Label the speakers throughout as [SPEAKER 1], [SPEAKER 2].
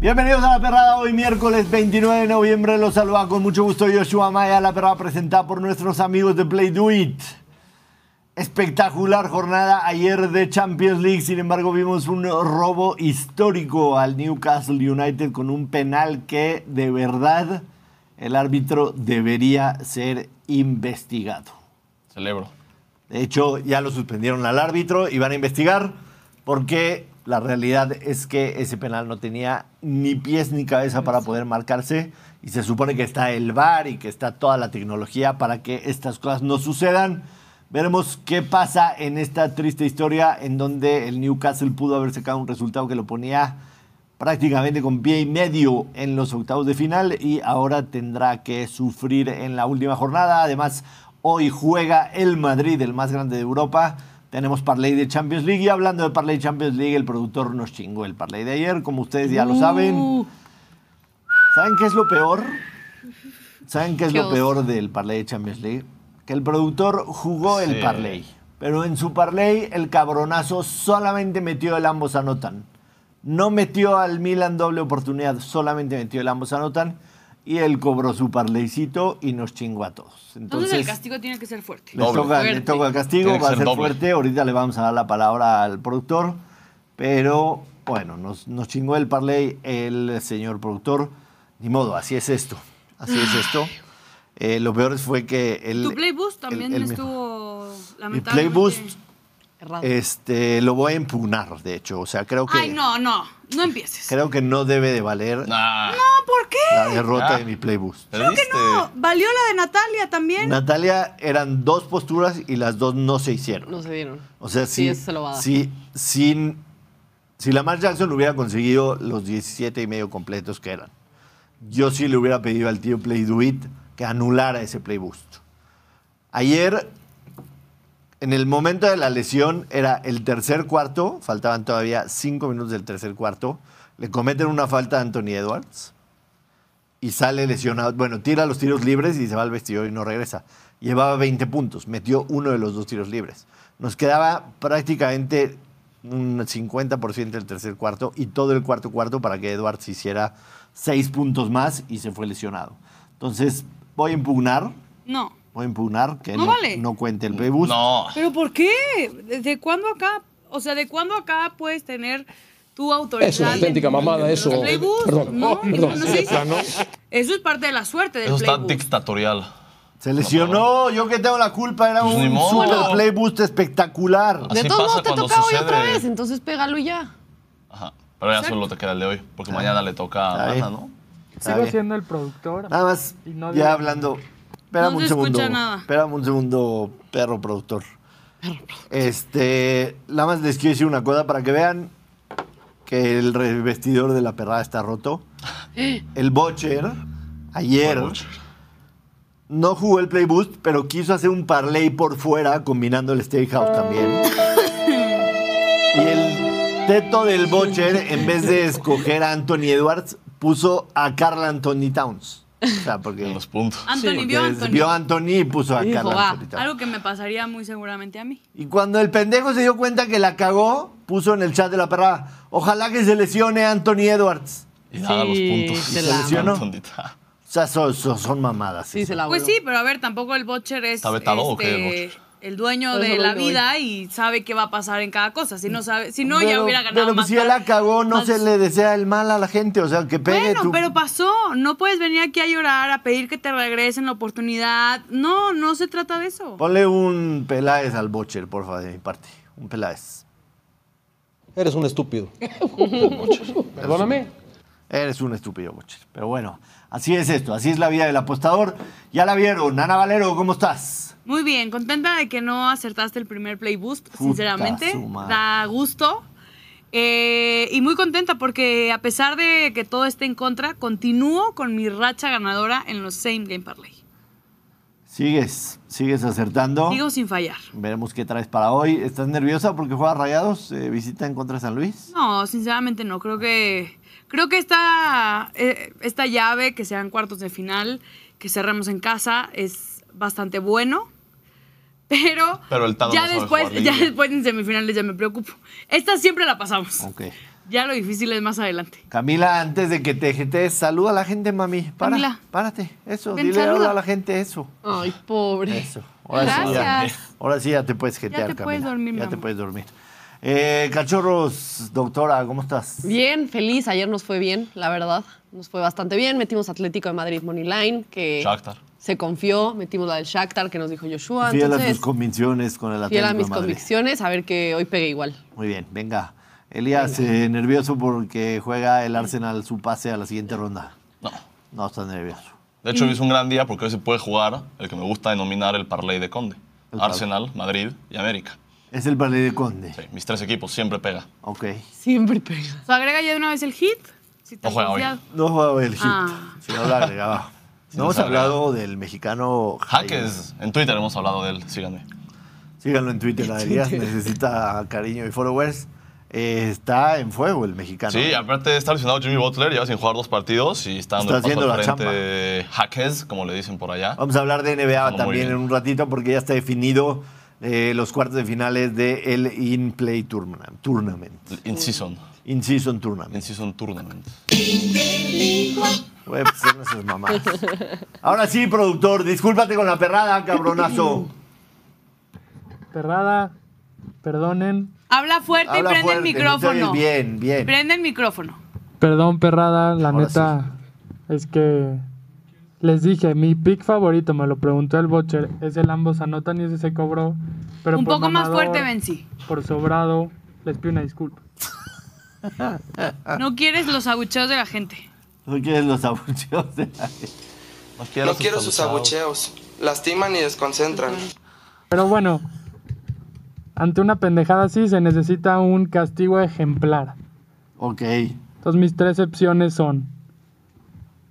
[SPEAKER 1] Bienvenidos a La Perrada, hoy miércoles 29 de noviembre los saluda con mucho gusto Joshua Maya, La Perrada presentada por nuestros amigos de Play Do It. Espectacular jornada ayer de Champions League, sin embargo vimos un robo histórico al Newcastle United con un penal que de verdad el árbitro debería ser investigado.
[SPEAKER 2] Celebro.
[SPEAKER 1] De hecho, ya lo suspendieron al árbitro y van a investigar porque la realidad es que ese penal no tenía ni pies ni cabeza para poder marcarse y se supone que está el VAR y que está toda la tecnología para que estas cosas no sucedan. Veremos qué pasa en esta triste historia en donde el Newcastle pudo haber sacado un resultado que lo ponía prácticamente con pie y medio en los octavos de final y ahora tendrá que sufrir en la última jornada. Además, Hoy juega el Madrid, el más grande de Europa. Tenemos parlay de Champions League. Y hablando de parlay Champions League, el productor nos chingó el parlay de ayer, como ustedes ya lo
[SPEAKER 3] Uh.
[SPEAKER 1] saben. ¿Saben qué es lo peor? ¿Saben qué es lo
[SPEAKER 3] Dios.
[SPEAKER 1] peor del parlay de Champions League? Que el productor jugó el
[SPEAKER 2] Sí.
[SPEAKER 1] parlay. Pero en su parlay, el cabronazo solamente metió el ambos anotan. No metió al Milan doble oportunidad, solamente metió el ambos anotan. Y él cobró su parlaycito y nos chingó a todos.
[SPEAKER 3] Entonces, el
[SPEAKER 1] Entonces,
[SPEAKER 3] castigo tiene que ser fuerte.
[SPEAKER 1] le
[SPEAKER 2] Doble.
[SPEAKER 1] toca, le
[SPEAKER 3] Fuerte.
[SPEAKER 1] toca el castigo,
[SPEAKER 2] Tiene que
[SPEAKER 1] va a
[SPEAKER 2] ser
[SPEAKER 1] ser
[SPEAKER 2] doble.
[SPEAKER 1] fuerte. Ahorita le vamos a dar la palabra al productor. Pero bueno, nos, nos chingó el parlay el señor productor. Ni modo, así es esto. Así es esto. Eh, lo peor fue que el.
[SPEAKER 3] tu Play Boost también
[SPEAKER 1] el- el-
[SPEAKER 3] estuvo
[SPEAKER 1] Mi
[SPEAKER 3] lamentable.
[SPEAKER 1] Play Boost,
[SPEAKER 4] Errado.
[SPEAKER 1] este, lo voy a impugnar, de hecho. O sea, creo que.
[SPEAKER 3] Ay, no, no, no empieces.
[SPEAKER 1] Creo que no debe de valer
[SPEAKER 2] Nah.
[SPEAKER 3] No, ¿por qué?
[SPEAKER 1] la derrota
[SPEAKER 2] Ah.
[SPEAKER 1] de mi Playboost.
[SPEAKER 2] ¿Perdiste?
[SPEAKER 3] No, valió la de Natalia también.
[SPEAKER 1] Natalia eran dos posturas y las dos no se hicieron.
[SPEAKER 4] No se dieron.
[SPEAKER 1] O sea,
[SPEAKER 4] Sí,
[SPEAKER 1] si,
[SPEAKER 4] eso se lo va a dar.
[SPEAKER 1] si, sin, si Lamar Jackson hubiera conseguido los 17 y medio completos que eran, yo sí le hubiera pedido al tío Play Do It que anulara ese play boost. Ayer, en el momento de la lesión, era el tercer cuarto, faltaban todavía cinco minutos del tercer cuarto, le cometen una falta a Anthony Edwards y sale lesionado. Bueno, tira los tiros libres y se va al vestidor y no regresa. Llevaba 20 puntos, metió uno de los dos tiros libres. Nos quedaba prácticamente un 50% del tercer cuarto y todo el cuarto cuarto para que Edwards hiciera seis puntos más y se fue lesionado. Entonces, voy a impugnar,
[SPEAKER 3] No.
[SPEAKER 1] voy a impugnar que no,
[SPEAKER 3] No vale.
[SPEAKER 1] no cuente el playboost.
[SPEAKER 2] No.
[SPEAKER 3] ¿Pero por qué? ¿Desde cuándo acá? O sea, ¿de cuándo acá puedes tener tu autoridad?
[SPEAKER 5] Es una auténtica
[SPEAKER 3] en-
[SPEAKER 5] mamada
[SPEAKER 3] en
[SPEAKER 5] eso.
[SPEAKER 3] los Play Boost?
[SPEAKER 5] Perdón, Oh,
[SPEAKER 3] no,
[SPEAKER 5] perdón.
[SPEAKER 3] no se
[SPEAKER 5] Sí,
[SPEAKER 3] dice.
[SPEAKER 5] plano.
[SPEAKER 3] Eso es parte de la suerte del
[SPEAKER 2] Eso
[SPEAKER 3] Play
[SPEAKER 2] está
[SPEAKER 3] Boost.
[SPEAKER 2] dictatorial.
[SPEAKER 1] Se lesionó, yo que tengo la culpa, era
[SPEAKER 2] Pues ni
[SPEAKER 1] un
[SPEAKER 2] modo.
[SPEAKER 1] super playboost espectacular.
[SPEAKER 2] Así
[SPEAKER 4] de todos
[SPEAKER 2] pasa
[SPEAKER 4] modos te
[SPEAKER 2] cuando
[SPEAKER 4] toca hoy
[SPEAKER 2] sucede.
[SPEAKER 4] otra vez, entonces pégalo ya.
[SPEAKER 2] Ajá. Pero ya solo te queda el de hoy, porque mañana le toca
[SPEAKER 1] Está
[SPEAKER 2] a
[SPEAKER 1] bien.
[SPEAKER 2] Ana, ¿no?
[SPEAKER 1] Está
[SPEAKER 6] Sigo
[SPEAKER 1] bien.
[SPEAKER 6] siendo el productor.
[SPEAKER 1] Nada más,
[SPEAKER 6] Y no
[SPEAKER 1] ya
[SPEAKER 6] digo-
[SPEAKER 1] hablando. Espérame
[SPEAKER 3] No
[SPEAKER 1] un
[SPEAKER 3] se escucha
[SPEAKER 1] segundo.
[SPEAKER 3] nada.
[SPEAKER 1] Espérame un segundo, perro productor. Este, nada más les quiero decir una cosa para que vean que el revestidor de la perrada está roto. El Bocher, ayer, no jugó el Play Boost, pero quiso hacer un parlay por fuera combinando el Steakhouse también. Y el teto del Bocher, en vez de escoger a Anthony Edwards, puso a Carla Anthony Towns. O sea,
[SPEAKER 2] En
[SPEAKER 1] porque
[SPEAKER 2] los puntos.
[SPEAKER 3] Anthony
[SPEAKER 1] porque
[SPEAKER 3] vio a Anthony. "Ah,
[SPEAKER 1] vio a Anthony y puso a
[SPEAKER 4] Dijo,
[SPEAKER 1] Carla
[SPEAKER 4] "Va,
[SPEAKER 1] Anthony Towns.
[SPEAKER 3] Algo que me pasaría muy seguramente a mí.
[SPEAKER 1] Y cuando el pendejo se dio cuenta que la cagó, puso en el chat de la perra, ojalá que se lesione Anthony Edwards.
[SPEAKER 2] Y nada, los
[SPEAKER 4] Sí,
[SPEAKER 2] puntos.
[SPEAKER 4] se
[SPEAKER 1] la- ¿Lesionó?
[SPEAKER 2] Tontita.
[SPEAKER 1] O sea, son, son- son mamadas.
[SPEAKER 4] Sí, se la voló.
[SPEAKER 3] Pues sí, pero a ver, tampoco el Butcher es
[SPEAKER 2] ¿Está vetado o qué, el
[SPEAKER 3] este,
[SPEAKER 2] Butcher?
[SPEAKER 3] el dueño
[SPEAKER 4] Por eso
[SPEAKER 3] de
[SPEAKER 4] lo
[SPEAKER 3] la
[SPEAKER 4] digo hoy.
[SPEAKER 3] vida y sabe qué va a pasar en cada cosa. Si no sabe, si no ya
[SPEAKER 1] Pero-
[SPEAKER 3] hubiera ganado
[SPEAKER 1] Pero
[SPEAKER 3] más.
[SPEAKER 1] si ya
[SPEAKER 3] para-
[SPEAKER 1] pues la cagó, no
[SPEAKER 3] más-
[SPEAKER 1] se le desea el mal a la gente. O sea, que pegue
[SPEAKER 3] Bueno,
[SPEAKER 1] tu-
[SPEAKER 3] pero pasó. No puedes venir aquí a llorar, a pedir que te regresen la oportunidad. No, no se trata de eso.
[SPEAKER 1] Ponle un Peláez al Bocher, porfa, de mi parte. Un Peláez.
[SPEAKER 5] Eres un estúpido. Perdóname.
[SPEAKER 1] Eres un estúpido, Bocher. Pero bueno, así es esto. Así es la vida del apostador. Ya la vieron. Ana Valero, ¿cómo estás?
[SPEAKER 3] Muy bien, contenta de que no acertaste el primer play boost,
[SPEAKER 1] Puta
[SPEAKER 3] sinceramente.
[SPEAKER 1] su madre.
[SPEAKER 3] Da gusto. Eh, y muy contenta porque a pesar de que todo esté en contra, continúo con mi racha ganadora en los same game parlay.
[SPEAKER 1] Sigues, sigues acertando.
[SPEAKER 3] Digo sin fallar.
[SPEAKER 1] Veremos qué traes para hoy. ¿Estás nerviosa porque juega Rayados? eh, visita en contra de San Luis.
[SPEAKER 3] No, sinceramente no. Creo que creo que esta, eh, esta llave, que sean cuartos de final, que cerremos en casa, es bastante bueno. Pero,
[SPEAKER 2] Pero el Tano
[SPEAKER 3] ya
[SPEAKER 2] no sabe
[SPEAKER 3] después,
[SPEAKER 2] jugar libre.
[SPEAKER 3] ya después en semifinales ya me preocupo. Esta siempre la pasamos.
[SPEAKER 1] Ok.
[SPEAKER 3] Ya lo difícil es más adelante.
[SPEAKER 1] Camila, antes de que te jetees, saluda a la gente, mami. Para,
[SPEAKER 3] Camila.
[SPEAKER 1] Párate, eso.
[SPEAKER 3] Ven,
[SPEAKER 1] dile
[SPEAKER 3] saluda.
[SPEAKER 1] hola a la gente, eso.
[SPEAKER 4] Ay, pobre.
[SPEAKER 1] Eso. Ahora sí, ya,
[SPEAKER 3] Gracias.
[SPEAKER 1] ahora sí ya te puedes jetear,
[SPEAKER 3] te puedes
[SPEAKER 1] Camila.
[SPEAKER 3] dormir, mi
[SPEAKER 1] Ya te
[SPEAKER 3] amor.
[SPEAKER 1] puedes dormir. Eh, cachorros, doctora, ¿cómo estás?
[SPEAKER 4] Bien, feliz. Ayer nos fue bien, la verdad. Nos fue bastante bien. Metimos Atlético de Madrid Money Line, que
[SPEAKER 2] Shakhtar.
[SPEAKER 4] se confió. Metimos la del Shakhtar, que nos dijo Joshua.
[SPEAKER 1] Fiel a
[SPEAKER 4] Entonces,
[SPEAKER 1] tus convicciones con el Atlético
[SPEAKER 4] fiel a
[SPEAKER 1] de
[SPEAKER 4] mis
[SPEAKER 1] Madrid.
[SPEAKER 4] convicciones. A ver que hoy pegue igual.
[SPEAKER 1] Muy bien, venga. Elías, eh, nervioso porque juega el Arsenal su pase a la siguiente ronda.
[SPEAKER 2] No.
[SPEAKER 1] No, está nervioso.
[SPEAKER 2] De hecho, hoy es un gran día porque hoy se puede jugar el que me gusta denominar el parlay de Conde.
[SPEAKER 1] El par-
[SPEAKER 2] Arsenal, Madrid y América.
[SPEAKER 1] Es el ballet de Conde.
[SPEAKER 2] Sí, mis tres equipos siempre pega.
[SPEAKER 1] Ok.
[SPEAKER 4] Siempre pega.
[SPEAKER 3] O sea, agrega ya de una vez el hit. Si te
[SPEAKER 2] No juega hoy.
[SPEAKER 1] No juega Bélgica.
[SPEAKER 3] Ah.
[SPEAKER 1] Si no lo agregaba.
[SPEAKER 2] Si
[SPEAKER 1] no
[SPEAKER 2] no
[SPEAKER 1] hemos
[SPEAKER 2] se agrega.
[SPEAKER 1] hablado del mexicano Jaime.
[SPEAKER 2] Jaques, en Twitter hemos hablado de él, síganme.
[SPEAKER 1] Síganlo en Twitter, a Elías. Necesita cariño y followers. Eh, está en fuego el mexicano. ¿eh?
[SPEAKER 2] Sí, aparte está lesionado Jimmy Butler, lleva sin jugar dos partidos y está dando
[SPEAKER 1] Está
[SPEAKER 2] el paso
[SPEAKER 1] haciendo
[SPEAKER 2] al
[SPEAKER 1] la
[SPEAKER 2] frente Jaques, como le dicen por allá.
[SPEAKER 1] Vamos a hablar de NBA
[SPEAKER 2] Muy
[SPEAKER 1] también
[SPEAKER 2] bien.
[SPEAKER 1] en un ratito porque ya está definido eh, los cuartos de finales del In-Play Tournament. Tournament.
[SPEAKER 2] In season.
[SPEAKER 1] In-Season Tournament.
[SPEAKER 2] In season tournament.
[SPEAKER 1] Voy a empezar con pues, esas mamadas. Ahora sí, productor, discúlpate con la perrada, cabronazo.
[SPEAKER 6] Perrada, perdonen.
[SPEAKER 3] Habla fuerte y
[SPEAKER 1] Habla
[SPEAKER 3] prende
[SPEAKER 1] fuerte,
[SPEAKER 3] el
[SPEAKER 1] no te oyes
[SPEAKER 3] micrófono.
[SPEAKER 1] Bien, bien.
[SPEAKER 3] Prende el micrófono.
[SPEAKER 6] Perdón, perrada, la
[SPEAKER 1] Ahora
[SPEAKER 6] neta es que les dije, mi pick favorito, me lo preguntó el Butcher, es el ambos anotan y ese se cobró. Pero
[SPEAKER 3] Un
[SPEAKER 6] por
[SPEAKER 3] poco más
[SPEAKER 6] mamador,
[SPEAKER 3] fuerte, Benzi.
[SPEAKER 6] Por sobrado, les pido una disculpa.
[SPEAKER 1] Ah.
[SPEAKER 3] No quieres los abucheos de la gente.
[SPEAKER 1] No quieres los abucheos de la-
[SPEAKER 7] No quiero sus abucheos. Lastiman y desconcentran.
[SPEAKER 6] Pero bueno, ante una pendejada así se necesita un castigo ejemplar.
[SPEAKER 1] Ok.
[SPEAKER 6] Entonces mis tres opciones son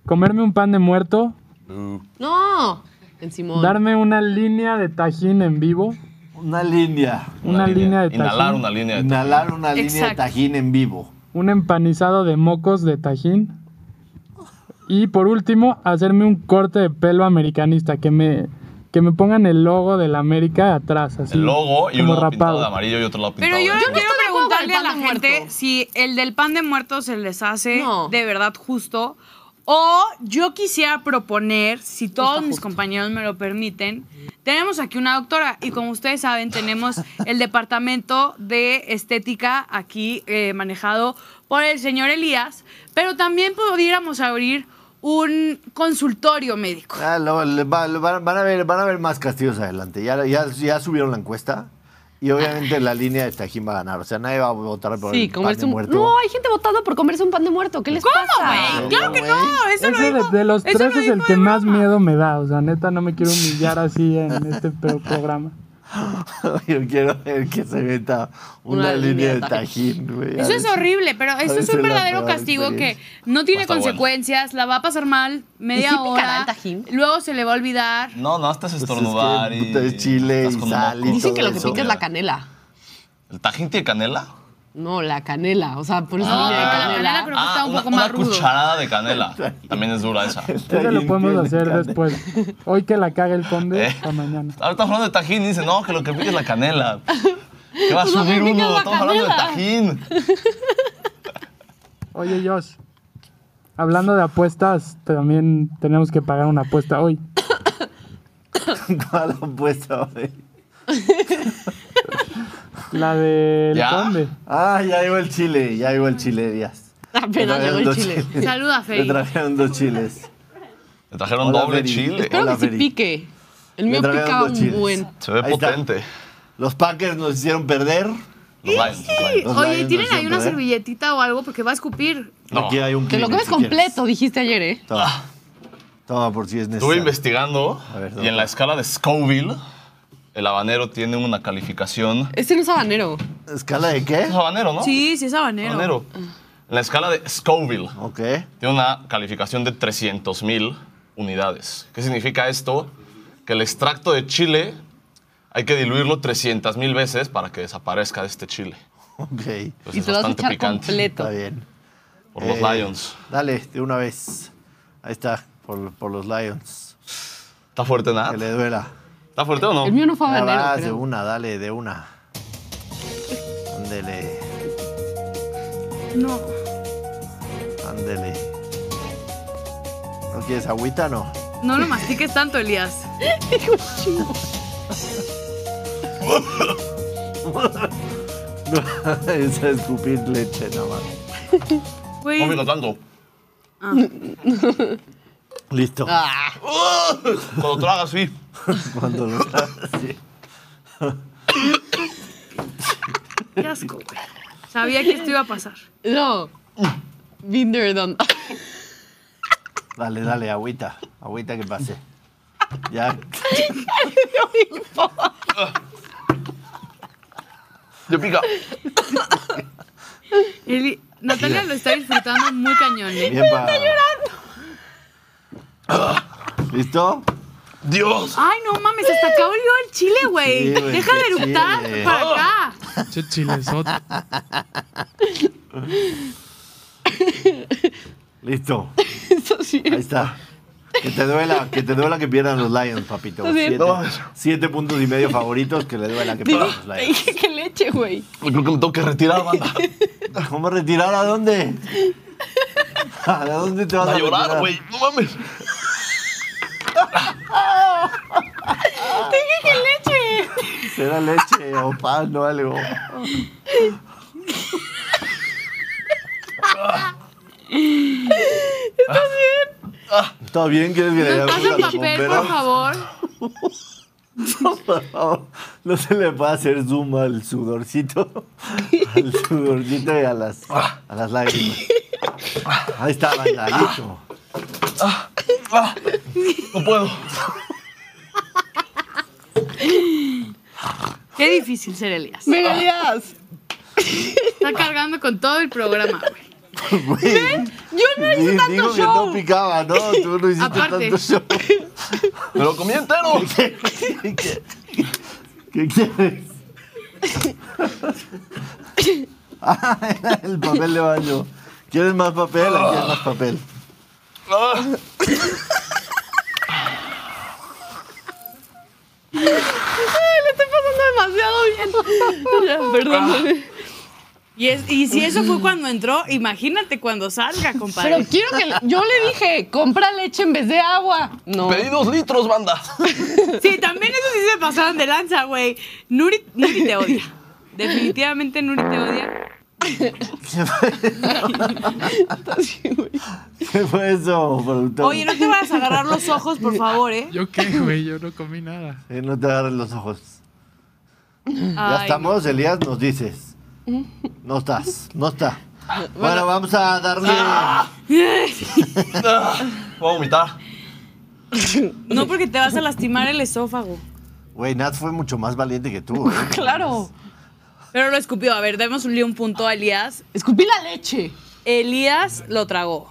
[SPEAKER 6] comerme un pan de muerto,
[SPEAKER 4] No. En Simón.
[SPEAKER 6] darme una línea de tajín en vivo,
[SPEAKER 1] Una línea.
[SPEAKER 6] una, línea, de tajín,
[SPEAKER 2] Inhalar una línea de tajín.
[SPEAKER 1] Inhalar una línea de
[SPEAKER 3] Exacto.
[SPEAKER 1] tajín en vivo.
[SPEAKER 6] un empanizado de mocos de tajín y por último hacerme un corte de pelo americanista que me que me pongan el logo de la América atrás así
[SPEAKER 2] El logo y
[SPEAKER 6] como
[SPEAKER 2] un lado pintado
[SPEAKER 6] rapado.
[SPEAKER 2] de amarillo y otro lado pintado
[SPEAKER 3] Pero yo
[SPEAKER 2] de
[SPEAKER 3] no
[SPEAKER 2] azul.
[SPEAKER 3] quiero
[SPEAKER 4] estoy de acuerdo con el
[SPEAKER 3] preguntarle a la
[SPEAKER 4] pan de
[SPEAKER 3] gente
[SPEAKER 4] muerto.
[SPEAKER 3] si el del pan de muerto se les hace
[SPEAKER 4] No.
[SPEAKER 3] de verdad justo. O yo quisiera proponer, si todos mis
[SPEAKER 4] justo.
[SPEAKER 3] compañeros me lo permiten, tenemos aquí una doctora y como ustedes saben tenemos el departamento de estética aquí eh, manejado por el señor Elías, pero también pudiéramos abrir un consultorio médico.
[SPEAKER 1] Ah, lo- le va- lo van, van a ver, van a ver más castigos adelante. Ya, ya, ya subieron la encuesta y obviamente la línea de tajín va a ganar. O sea, nadie va a votar por
[SPEAKER 4] Sí,
[SPEAKER 1] el pan
[SPEAKER 4] comerse
[SPEAKER 1] de
[SPEAKER 4] un.
[SPEAKER 1] muerto.
[SPEAKER 4] No, hay gente votando por comerse un pan de muerto. ¿Qué les pasa?
[SPEAKER 3] ¿Cómo, güey? Claro que no, eso lo
[SPEAKER 6] Ese de,
[SPEAKER 3] dijo-
[SPEAKER 6] de los
[SPEAKER 3] eso
[SPEAKER 6] tres
[SPEAKER 3] lo
[SPEAKER 6] es el
[SPEAKER 3] dijo
[SPEAKER 6] que
[SPEAKER 3] de
[SPEAKER 6] más
[SPEAKER 3] broma.
[SPEAKER 6] miedo me da, o sea, neta no me quiero humillar así en este pro- programa.
[SPEAKER 1] Yo quiero ver que se meta una, línea de tajín. güey.
[SPEAKER 3] Eso es horrible, pero eso es
[SPEAKER 1] veces
[SPEAKER 3] un
[SPEAKER 1] la
[SPEAKER 3] verdadero
[SPEAKER 1] peor
[SPEAKER 3] castigo que
[SPEAKER 1] experiencia.
[SPEAKER 3] no tiene
[SPEAKER 2] Está bueno.
[SPEAKER 3] consecuencias, la va a pasar mal media
[SPEAKER 4] ¿Y sí picará
[SPEAKER 3] hora,
[SPEAKER 4] el tajín?
[SPEAKER 3] luego se le va a olvidar.
[SPEAKER 2] No, no, estás
[SPEAKER 1] Pues es que,
[SPEAKER 2] estornudar y...
[SPEAKER 1] puta, es chile y
[SPEAKER 2] estás con un
[SPEAKER 1] sal y
[SPEAKER 2] moco.
[SPEAKER 4] Dicen que
[SPEAKER 1] todo
[SPEAKER 4] lo que
[SPEAKER 1] eso.
[SPEAKER 4] pica es la canela.
[SPEAKER 2] ¿El tajín tiene canela?
[SPEAKER 4] No, la canela. O sea, por eso
[SPEAKER 3] Ah,
[SPEAKER 4] línea de
[SPEAKER 3] la
[SPEAKER 4] canela.
[SPEAKER 3] canela creo que está un
[SPEAKER 2] una,
[SPEAKER 3] poco más
[SPEAKER 2] una
[SPEAKER 3] rudo.
[SPEAKER 2] cucharada de canela. También es dura esa.
[SPEAKER 6] Eso lo
[SPEAKER 1] Tajín
[SPEAKER 6] podemos
[SPEAKER 1] tiene
[SPEAKER 6] hacer
[SPEAKER 1] carne.
[SPEAKER 6] después. Hoy que la caga el conde,
[SPEAKER 2] Eh.
[SPEAKER 6] para mañana.
[SPEAKER 2] Ahorita hablando de tajín y dice, no, que lo que pica es la canela. Que va a
[SPEAKER 4] Pues no
[SPEAKER 2] subir
[SPEAKER 4] me pica
[SPEAKER 2] uno,
[SPEAKER 4] la
[SPEAKER 2] estamos hablando de tajín.
[SPEAKER 6] Oye, Josh, hablando de apuestas, también tenemos que pagar una apuesta hoy.
[SPEAKER 1] ¿Cuál apuesta, güey?
[SPEAKER 6] La del
[SPEAKER 2] ¿Ya?
[SPEAKER 6] conde.
[SPEAKER 1] Ah, ya llegó el chile, ya llegó el chile, Díaz.
[SPEAKER 4] Apenas Ah, llegó el chile.
[SPEAKER 3] Saluda,
[SPEAKER 1] Le
[SPEAKER 3] Fey.
[SPEAKER 1] trajeron dos chiles.
[SPEAKER 2] Le trajeron
[SPEAKER 1] Hola,
[SPEAKER 2] doble
[SPEAKER 1] Mary.
[SPEAKER 2] chile.
[SPEAKER 4] Espero
[SPEAKER 1] Hola,
[SPEAKER 4] que sí
[SPEAKER 1] Feri.
[SPEAKER 4] pique. El
[SPEAKER 1] Le
[SPEAKER 4] mío
[SPEAKER 1] trajeron
[SPEAKER 4] picaba
[SPEAKER 1] dos chiles.
[SPEAKER 4] un buen.
[SPEAKER 2] Se ve
[SPEAKER 1] Ahí está.
[SPEAKER 2] potente.
[SPEAKER 1] Los Packers nos hicieron perder.
[SPEAKER 2] Los Lions, los Lions.
[SPEAKER 1] Los
[SPEAKER 3] Oye,
[SPEAKER 1] Lions
[SPEAKER 3] ¿tienen
[SPEAKER 1] no
[SPEAKER 3] ahí una
[SPEAKER 1] siempre, ¿eh?
[SPEAKER 3] servilletita o algo? Porque va a escupir.
[SPEAKER 2] No.
[SPEAKER 1] Aquí hay un
[SPEAKER 4] Te lo
[SPEAKER 1] crimen,
[SPEAKER 4] comes
[SPEAKER 1] si
[SPEAKER 4] completo, dijiste ayer, ¿eh?
[SPEAKER 1] quieres. Toma. Toma, por si es
[SPEAKER 2] Ah. Estuve
[SPEAKER 1] necesario.
[SPEAKER 2] investigando
[SPEAKER 1] ver,
[SPEAKER 2] y en la escala de Scoville, el habanero tiene una calificación.
[SPEAKER 4] Este no es habanero.
[SPEAKER 1] ¿Escala de qué?
[SPEAKER 2] Es habanero, ¿no?
[SPEAKER 3] Sí, sí es habanero.
[SPEAKER 2] Habanero. En la escala de Scoville
[SPEAKER 1] Ok.
[SPEAKER 2] tiene una calificación de 300.000 unidades. ¿Qué significa esto? Que el extracto de chile hay que diluirlo 300.000 veces para que desaparezca de este chile.
[SPEAKER 1] Ok.
[SPEAKER 2] Pues
[SPEAKER 4] y
[SPEAKER 2] es
[SPEAKER 4] te lo vas a
[SPEAKER 2] bastante
[SPEAKER 4] echar
[SPEAKER 2] picante
[SPEAKER 1] Está
[SPEAKER 4] completo.
[SPEAKER 1] bien.
[SPEAKER 2] por los
[SPEAKER 1] Eh,
[SPEAKER 2] Lions.
[SPEAKER 1] Dale, de una vez. Ahí está, por, por los Lions.
[SPEAKER 2] ¿Está fuerte,
[SPEAKER 1] Que le
[SPEAKER 2] nada?
[SPEAKER 1] duela.
[SPEAKER 2] ¿Está fuerte o no?
[SPEAKER 4] El mío no fue
[SPEAKER 1] Ya
[SPEAKER 4] habanero.
[SPEAKER 1] vas, de
[SPEAKER 4] creo.
[SPEAKER 1] una, dale, de una. Ándele.
[SPEAKER 3] No.
[SPEAKER 1] Ándele. ¿No quieres agüita? No.
[SPEAKER 3] No lo mastiques tanto, Elías.
[SPEAKER 1] es escupir leche nada más.
[SPEAKER 3] Güey,
[SPEAKER 2] No me tanto.
[SPEAKER 1] Listo.
[SPEAKER 2] Ah. Cuando tragas, sí.
[SPEAKER 1] Cuando lo sí.
[SPEAKER 3] qué asco, güey. Sabía que esto iba a pasar.
[SPEAKER 4] No. Binder done.
[SPEAKER 1] Dale, dale, agüita. Agüita que pase. Ya.
[SPEAKER 2] Yo pica.
[SPEAKER 3] Eli- Natalia lo está disfrutando muy cañón, ¿eh?
[SPEAKER 1] Bien para. Ah, ¿Listo?
[SPEAKER 2] Dios.
[SPEAKER 3] Ay, no mames, hasta acá olió el chile, güey.
[SPEAKER 1] Sí, güey,
[SPEAKER 3] Deja de
[SPEAKER 1] qué
[SPEAKER 3] eructar
[SPEAKER 1] chile.
[SPEAKER 3] para acá.
[SPEAKER 6] Che chilesote.
[SPEAKER 1] Listo.
[SPEAKER 4] Eso sí.
[SPEAKER 1] Ahí está. Que te duela, que te duela que pierdan los Lions, papito.
[SPEAKER 4] Está bien.
[SPEAKER 1] Siete,
[SPEAKER 2] No.
[SPEAKER 1] siete puntos y medio favoritos, que le duela que pierdan los
[SPEAKER 4] Te
[SPEAKER 1] Lions.
[SPEAKER 4] dije que leche, güey.
[SPEAKER 2] Yo creo que me tengo que retirar, banda.
[SPEAKER 1] ¿Cómo retirar a dónde? ¿A dónde te vas a,
[SPEAKER 2] A llorar,
[SPEAKER 1] retirar?
[SPEAKER 2] güey. No mames.
[SPEAKER 1] Será leche o pan o algo. ¿Estás bien? ¿Todo bien? ¿Quieres que le
[SPEAKER 3] Nos
[SPEAKER 1] llame a
[SPEAKER 3] pasa el
[SPEAKER 1] los
[SPEAKER 3] papel,
[SPEAKER 1] bomberos?
[SPEAKER 3] por favor.
[SPEAKER 1] Por favor, no se le puede hacer zoom al sudorcito. Al sudorcito y a las, a las lágrimas. Ahí está, banda, listo.
[SPEAKER 2] No puedo.
[SPEAKER 3] Qué difícil ser Elías.
[SPEAKER 4] Mira, Elías.
[SPEAKER 3] Está cargando con todo el programa, güey.
[SPEAKER 1] Güey,
[SPEAKER 4] Yo no
[SPEAKER 1] di-
[SPEAKER 4] hice
[SPEAKER 1] digo
[SPEAKER 4] tanto
[SPEAKER 1] que no
[SPEAKER 4] show.
[SPEAKER 1] picaba, ¿no? Tú no hiciste
[SPEAKER 3] Aparte.
[SPEAKER 1] tanto show.
[SPEAKER 2] Me lo comí entero.
[SPEAKER 1] ¿Qué, qué- qué- qué quieres? Ah, era el papel de baño. ¿Quieres más papel? Aquí hay más papel.
[SPEAKER 2] Ah.
[SPEAKER 4] Ay, le estoy pasando demasiado bien. Ya, perdón.
[SPEAKER 1] Ah.
[SPEAKER 3] Y, es, y si eso fue cuando entró, imagínate cuando salga,
[SPEAKER 4] Pero
[SPEAKER 3] compadre.
[SPEAKER 4] quiero que. le- Yo le dije, compra leche en vez de agua. No.
[SPEAKER 2] Pedí dos litros, banda.
[SPEAKER 3] Sí, también eso sí se pasaron de lanza, güey. Nuri, Nuri te odia. Definitivamente Nuri te odia.
[SPEAKER 4] Sí, güey.
[SPEAKER 1] ¿Qué fue eso, productor?
[SPEAKER 3] Oye, no te vas a agarrar los ojos, por favor, ¿eh?
[SPEAKER 6] ¿Yo qué, güey? Yo no comí nada.
[SPEAKER 1] Eh, no te agarres los ojos. ya
[SPEAKER 3] Ay,
[SPEAKER 1] estamos, Elías, nos dices. No estás, no está. Bueno, vamos a darle.
[SPEAKER 2] Ah, Voy a vomitar.
[SPEAKER 3] No, porque te vas a lastimar el esófago.
[SPEAKER 1] Güey, Nat fue mucho más valiente que tú. ¿eh?
[SPEAKER 4] Claro.
[SPEAKER 3] Pero lo escupió. A ver, démosle un punto a Elías.
[SPEAKER 4] Escupí la leche.
[SPEAKER 3] Elías lo tragó.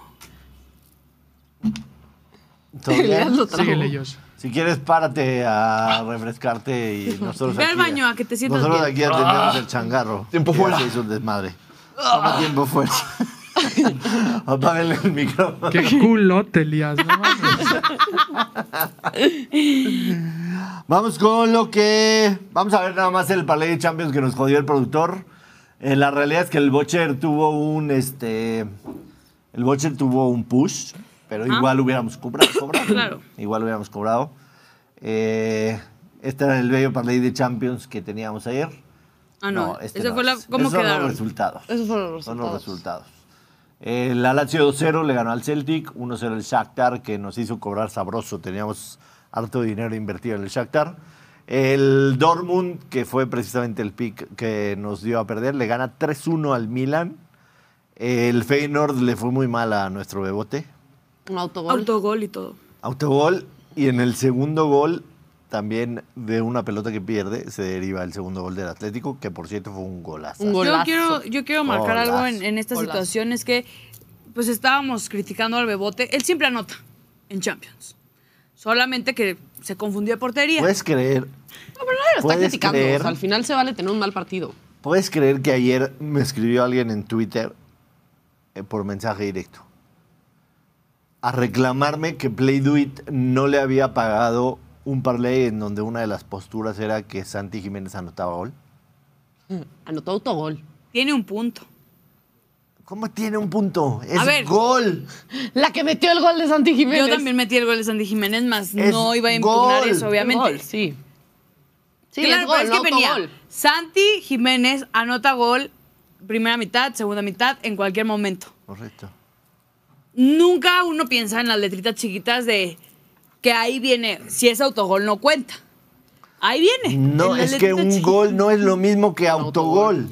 [SPEAKER 1] ¿Todo bien?
[SPEAKER 4] Elías lo trajo.
[SPEAKER 6] Síguele, Josh.
[SPEAKER 1] Si quieres, párate a refrescarte y nosotros
[SPEAKER 3] Ve al
[SPEAKER 1] aquí-
[SPEAKER 3] baño, a que te sientas
[SPEAKER 1] Nosotros
[SPEAKER 3] bien. Ah.
[SPEAKER 1] aquí atendemos el changarro.
[SPEAKER 2] Tiempo
[SPEAKER 1] que
[SPEAKER 2] fuera.
[SPEAKER 1] ya Se hizo un desmadre. Toma tiempo fuera. Apáguenle el micrófono.
[SPEAKER 6] Qué culote, Elías. No mames.
[SPEAKER 1] Vamos con lo que. Vamos a ver nada más el Palais de Champions que nos jodió el productor. Eh, la realidad es que el Bocher tuvo un. este El Bocher tuvo un push, pero igual hubiéramos cobra- cobrado.
[SPEAKER 3] Ah. Claro.
[SPEAKER 1] Igual hubiéramos cobrado. Eh, este era el bello Palais de Champions que teníamos ayer.
[SPEAKER 3] Ah, no.
[SPEAKER 1] este
[SPEAKER 3] Eso
[SPEAKER 1] no
[SPEAKER 3] fue la,
[SPEAKER 1] es.
[SPEAKER 3] cómo
[SPEAKER 1] Esos son
[SPEAKER 3] quedaron.
[SPEAKER 1] los resultados.
[SPEAKER 4] Esos fueron los
[SPEAKER 1] Son los
[SPEAKER 4] resultados.
[SPEAKER 1] resultados. Eh, La Lazio 2-0 le ganó al Celtic, 1-0 el Shakhtar, que nos hizo cobrar sabroso. Teníamos harto dinero invertido en el Shakhtar. El Dortmund, que fue precisamente el pick que nos dio a perder, le gana 3-1 al Milan. El Feyenoord le fue muy mal a nuestro bebote.
[SPEAKER 4] Un autogol.
[SPEAKER 3] Autogol y todo.
[SPEAKER 1] Autogol. Y en el segundo gol, también de una pelota que pierde, se deriva el segundo gol del Atlético, que por cierto fue un golazo.
[SPEAKER 4] Un golazo.
[SPEAKER 3] Yo quiero, yo quiero marcar
[SPEAKER 1] Golazo.
[SPEAKER 3] algo en, en esta
[SPEAKER 4] Golazo.
[SPEAKER 3] situación. Es que, pues estábamos criticando al Bebote. Él siempre anota en Champions. Solamente que se confundió de portería.
[SPEAKER 4] Pues,
[SPEAKER 1] ¿Puedes creer?
[SPEAKER 4] No, pero nadie lo está
[SPEAKER 1] ¿Puedes
[SPEAKER 4] criticando.
[SPEAKER 1] creer?
[SPEAKER 4] O sea, al final se vale tener un mal partido.
[SPEAKER 1] ¿Puedes creer que ayer me escribió alguien en Twitter eh, por mensaje directo? A reclamarme que Play Do It no le había pagado un parlay en donde una de las posturas era que Santi Jiménez anotaba gol.
[SPEAKER 4] Anotó autogol.
[SPEAKER 3] Tiene un punto.
[SPEAKER 1] ¿Cómo tiene un punto? Es
[SPEAKER 3] A ver.
[SPEAKER 1] gol.
[SPEAKER 4] La que metió el gol de Santi Jiménez.
[SPEAKER 3] Yo también metí el gol de Santi Jiménez, más
[SPEAKER 1] Es
[SPEAKER 3] no iba a impugnar
[SPEAKER 1] gol.
[SPEAKER 3] eso, obviamente.
[SPEAKER 4] Gol, sí. Sí,
[SPEAKER 3] claro,
[SPEAKER 4] es gol,
[SPEAKER 3] pero es
[SPEAKER 4] no
[SPEAKER 3] que venía.
[SPEAKER 4] autogol.
[SPEAKER 3] Santi Jiménez anota gol primera mitad, segunda mitad, en cualquier momento.
[SPEAKER 1] Correcto.
[SPEAKER 3] Nunca uno piensa en las letritas chiquitas de que ahí viene, si es autogol no cuenta. Ahí viene.
[SPEAKER 1] No,
[SPEAKER 3] en las
[SPEAKER 1] es que
[SPEAKER 3] letritas
[SPEAKER 1] un
[SPEAKER 3] chiquitas.
[SPEAKER 1] gol no es lo mismo que
[SPEAKER 4] autogol.
[SPEAKER 1] autogol.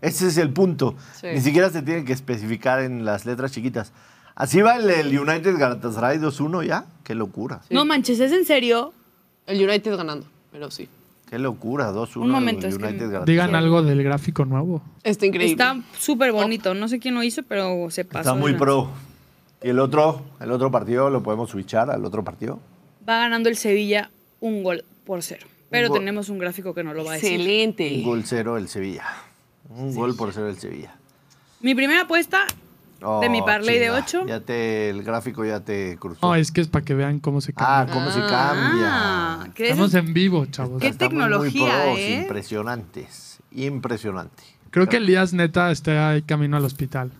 [SPEAKER 1] Ese es el punto.
[SPEAKER 4] Sí.
[SPEAKER 1] Ni siquiera se tiene que especificar en las letras chiquitas. Así va el, el United Galatasaray 2-1 ya. Qué locura.
[SPEAKER 3] No manches, ¿es en serio?
[SPEAKER 4] El United ganando, pero sí.
[SPEAKER 1] Qué locura. 2-1
[SPEAKER 3] Un momento,
[SPEAKER 1] el
[SPEAKER 3] es que-
[SPEAKER 1] United Galatasaray.
[SPEAKER 6] Digan algo del gráfico nuevo.
[SPEAKER 4] Está increíble.
[SPEAKER 3] Está súper bonito. No sé quién lo hizo, pero se pasó.
[SPEAKER 1] Está
[SPEAKER 3] de
[SPEAKER 1] muy
[SPEAKER 3] lanza.
[SPEAKER 1] pro. Y el otro, el otro partido lo podemos switchar al otro partido.
[SPEAKER 3] Va ganando el Sevilla un gol por cero. Pero
[SPEAKER 1] gol.
[SPEAKER 3] tenemos un gráfico que no lo va a decir.
[SPEAKER 1] Un
[SPEAKER 4] Excelente.
[SPEAKER 1] gol cero el Sevilla. Un gol por cero el Sevilla.
[SPEAKER 3] Mi primera apuesta de mi
[SPEAKER 1] Oh,
[SPEAKER 3] parlay de
[SPEAKER 1] chinga.
[SPEAKER 3] 8.
[SPEAKER 1] Ya te, el gráfico ya te cruzó.
[SPEAKER 6] No, es que es para que vean cómo se
[SPEAKER 1] ah,
[SPEAKER 6] cambia.
[SPEAKER 1] cómo se
[SPEAKER 3] Ah,
[SPEAKER 1] cambia.
[SPEAKER 3] ¿crees?
[SPEAKER 6] Estamos en vivo, chavos.
[SPEAKER 3] ¿Qué
[SPEAKER 1] Estamos
[SPEAKER 3] tecnología,
[SPEAKER 1] muy pros,
[SPEAKER 3] eh?
[SPEAKER 1] Impresionantes. Impresionante.
[SPEAKER 6] Creo que Elías neta está ahí camino al hospital.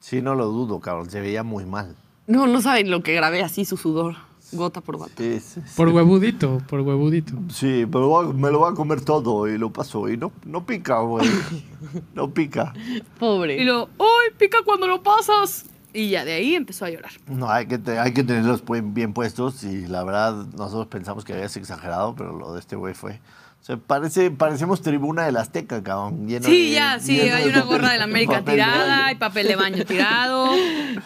[SPEAKER 1] Sí, no lo dudo, cabrón. Se veía muy mal.
[SPEAKER 4] No, no saben lo que grabé así, su sudor, gota por gota.
[SPEAKER 1] Sí, sí, sí.
[SPEAKER 6] Por huevudito, por huevudito.
[SPEAKER 1] Sí, pero voy a- me lo va a comer todo y lo paso. Y no, no pica, güey. No pica.
[SPEAKER 4] Pobre.
[SPEAKER 3] Y luego, ¡uy! Pica cuando lo pasas. Y ya de ahí empezó a llorar.
[SPEAKER 1] No, hay que, te- hay que tenerlos pu- bien puestos y la verdad nosotros pensamos que habías exagerado, pero lo de este güey fue... O sea, parece, parecemos tribuna del Azteca, cabrón. lleno
[SPEAKER 3] Sí,
[SPEAKER 1] de-
[SPEAKER 3] ya, sí,
[SPEAKER 1] lleno
[SPEAKER 3] hay
[SPEAKER 1] de
[SPEAKER 3] una
[SPEAKER 1] papel-
[SPEAKER 3] gorra de la América
[SPEAKER 1] papel de
[SPEAKER 3] tirada,
[SPEAKER 1] baño.
[SPEAKER 3] hay papel de baño tirado,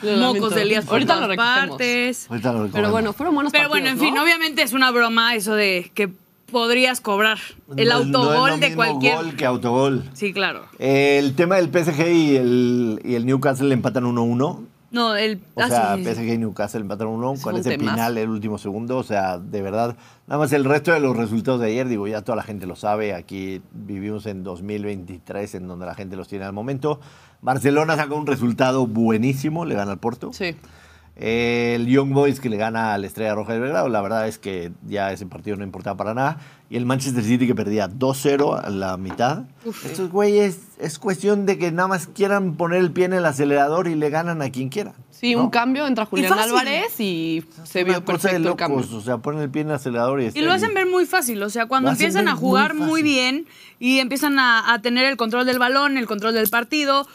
[SPEAKER 4] Lo lamento.
[SPEAKER 3] mocos de Elías por
[SPEAKER 4] Ahorita
[SPEAKER 3] todas
[SPEAKER 4] lo recogemos.
[SPEAKER 3] partes.
[SPEAKER 1] Ahorita lo
[SPEAKER 4] Pero
[SPEAKER 1] recogemos.
[SPEAKER 4] bueno, fueron buenos
[SPEAKER 3] Pero bueno, en
[SPEAKER 4] partidos,
[SPEAKER 3] fin,
[SPEAKER 4] ¿no?
[SPEAKER 3] obviamente es una broma eso de que podrías cobrar
[SPEAKER 1] No es-
[SPEAKER 3] el
[SPEAKER 1] no es lo
[SPEAKER 3] autogol de
[SPEAKER 1] mismo
[SPEAKER 3] cualquier.
[SPEAKER 1] gol que autogol.
[SPEAKER 3] Sí, claro.
[SPEAKER 1] El tema del PSG y el, y el Newcastle empatan 1-1.
[SPEAKER 3] No, el.
[SPEAKER 1] O
[SPEAKER 3] ah,
[SPEAKER 1] sea,
[SPEAKER 3] sí, sí, sí.
[SPEAKER 1] PSG y Newcastle empataron 1
[SPEAKER 4] Es
[SPEAKER 1] con
[SPEAKER 4] un
[SPEAKER 1] ese
[SPEAKER 4] temazo.
[SPEAKER 1] final, el último segundo. O sea, de verdad, nada más el resto de los resultados de ayer, digo, ya toda la gente lo sabe. Aquí vivimos en 2023, en donde la gente los tiene al momento. Barcelona sacó un resultado buenísimo, le gana al Porto.
[SPEAKER 4] Sí.
[SPEAKER 1] El Young Boys que le gana a la Estrella Roja de Belgrado, la verdad es que ya ese partido no importaba para nada. Y el Manchester City que perdía 2-0 a la mitad. Estos güeyes, es cuestión de que nada más quieran poner el pie en el acelerador y le ganan a quien quiera.
[SPEAKER 4] Sí,
[SPEAKER 1] ¿no?
[SPEAKER 4] un cambio entra Julián
[SPEAKER 3] fácil.
[SPEAKER 4] Álvarez y se
[SPEAKER 1] Una
[SPEAKER 4] vio
[SPEAKER 1] cosa
[SPEAKER 4] perfecto
[SPEAKER 1] de
[SPEAKER 4] el cambio.
[SPEAKER 1] locos, o sea, ponen el pie en el acelerador y...
[SPEAKER 3] Y lo hacen ver muy fácil, o sea, cuando
[SPEAKER 1] Lo hacen
[SPEAKER 3] empiezan
[SPEAKER 1] ver
[SPEAKER 3] a jugar
[SPEAKER 1] muy
[SPEAKER 3] muy,
[SPEAKER 1] fácil.
[SPEAKER 3] bien y empiezan a, a tener el control del balón, el control del partido,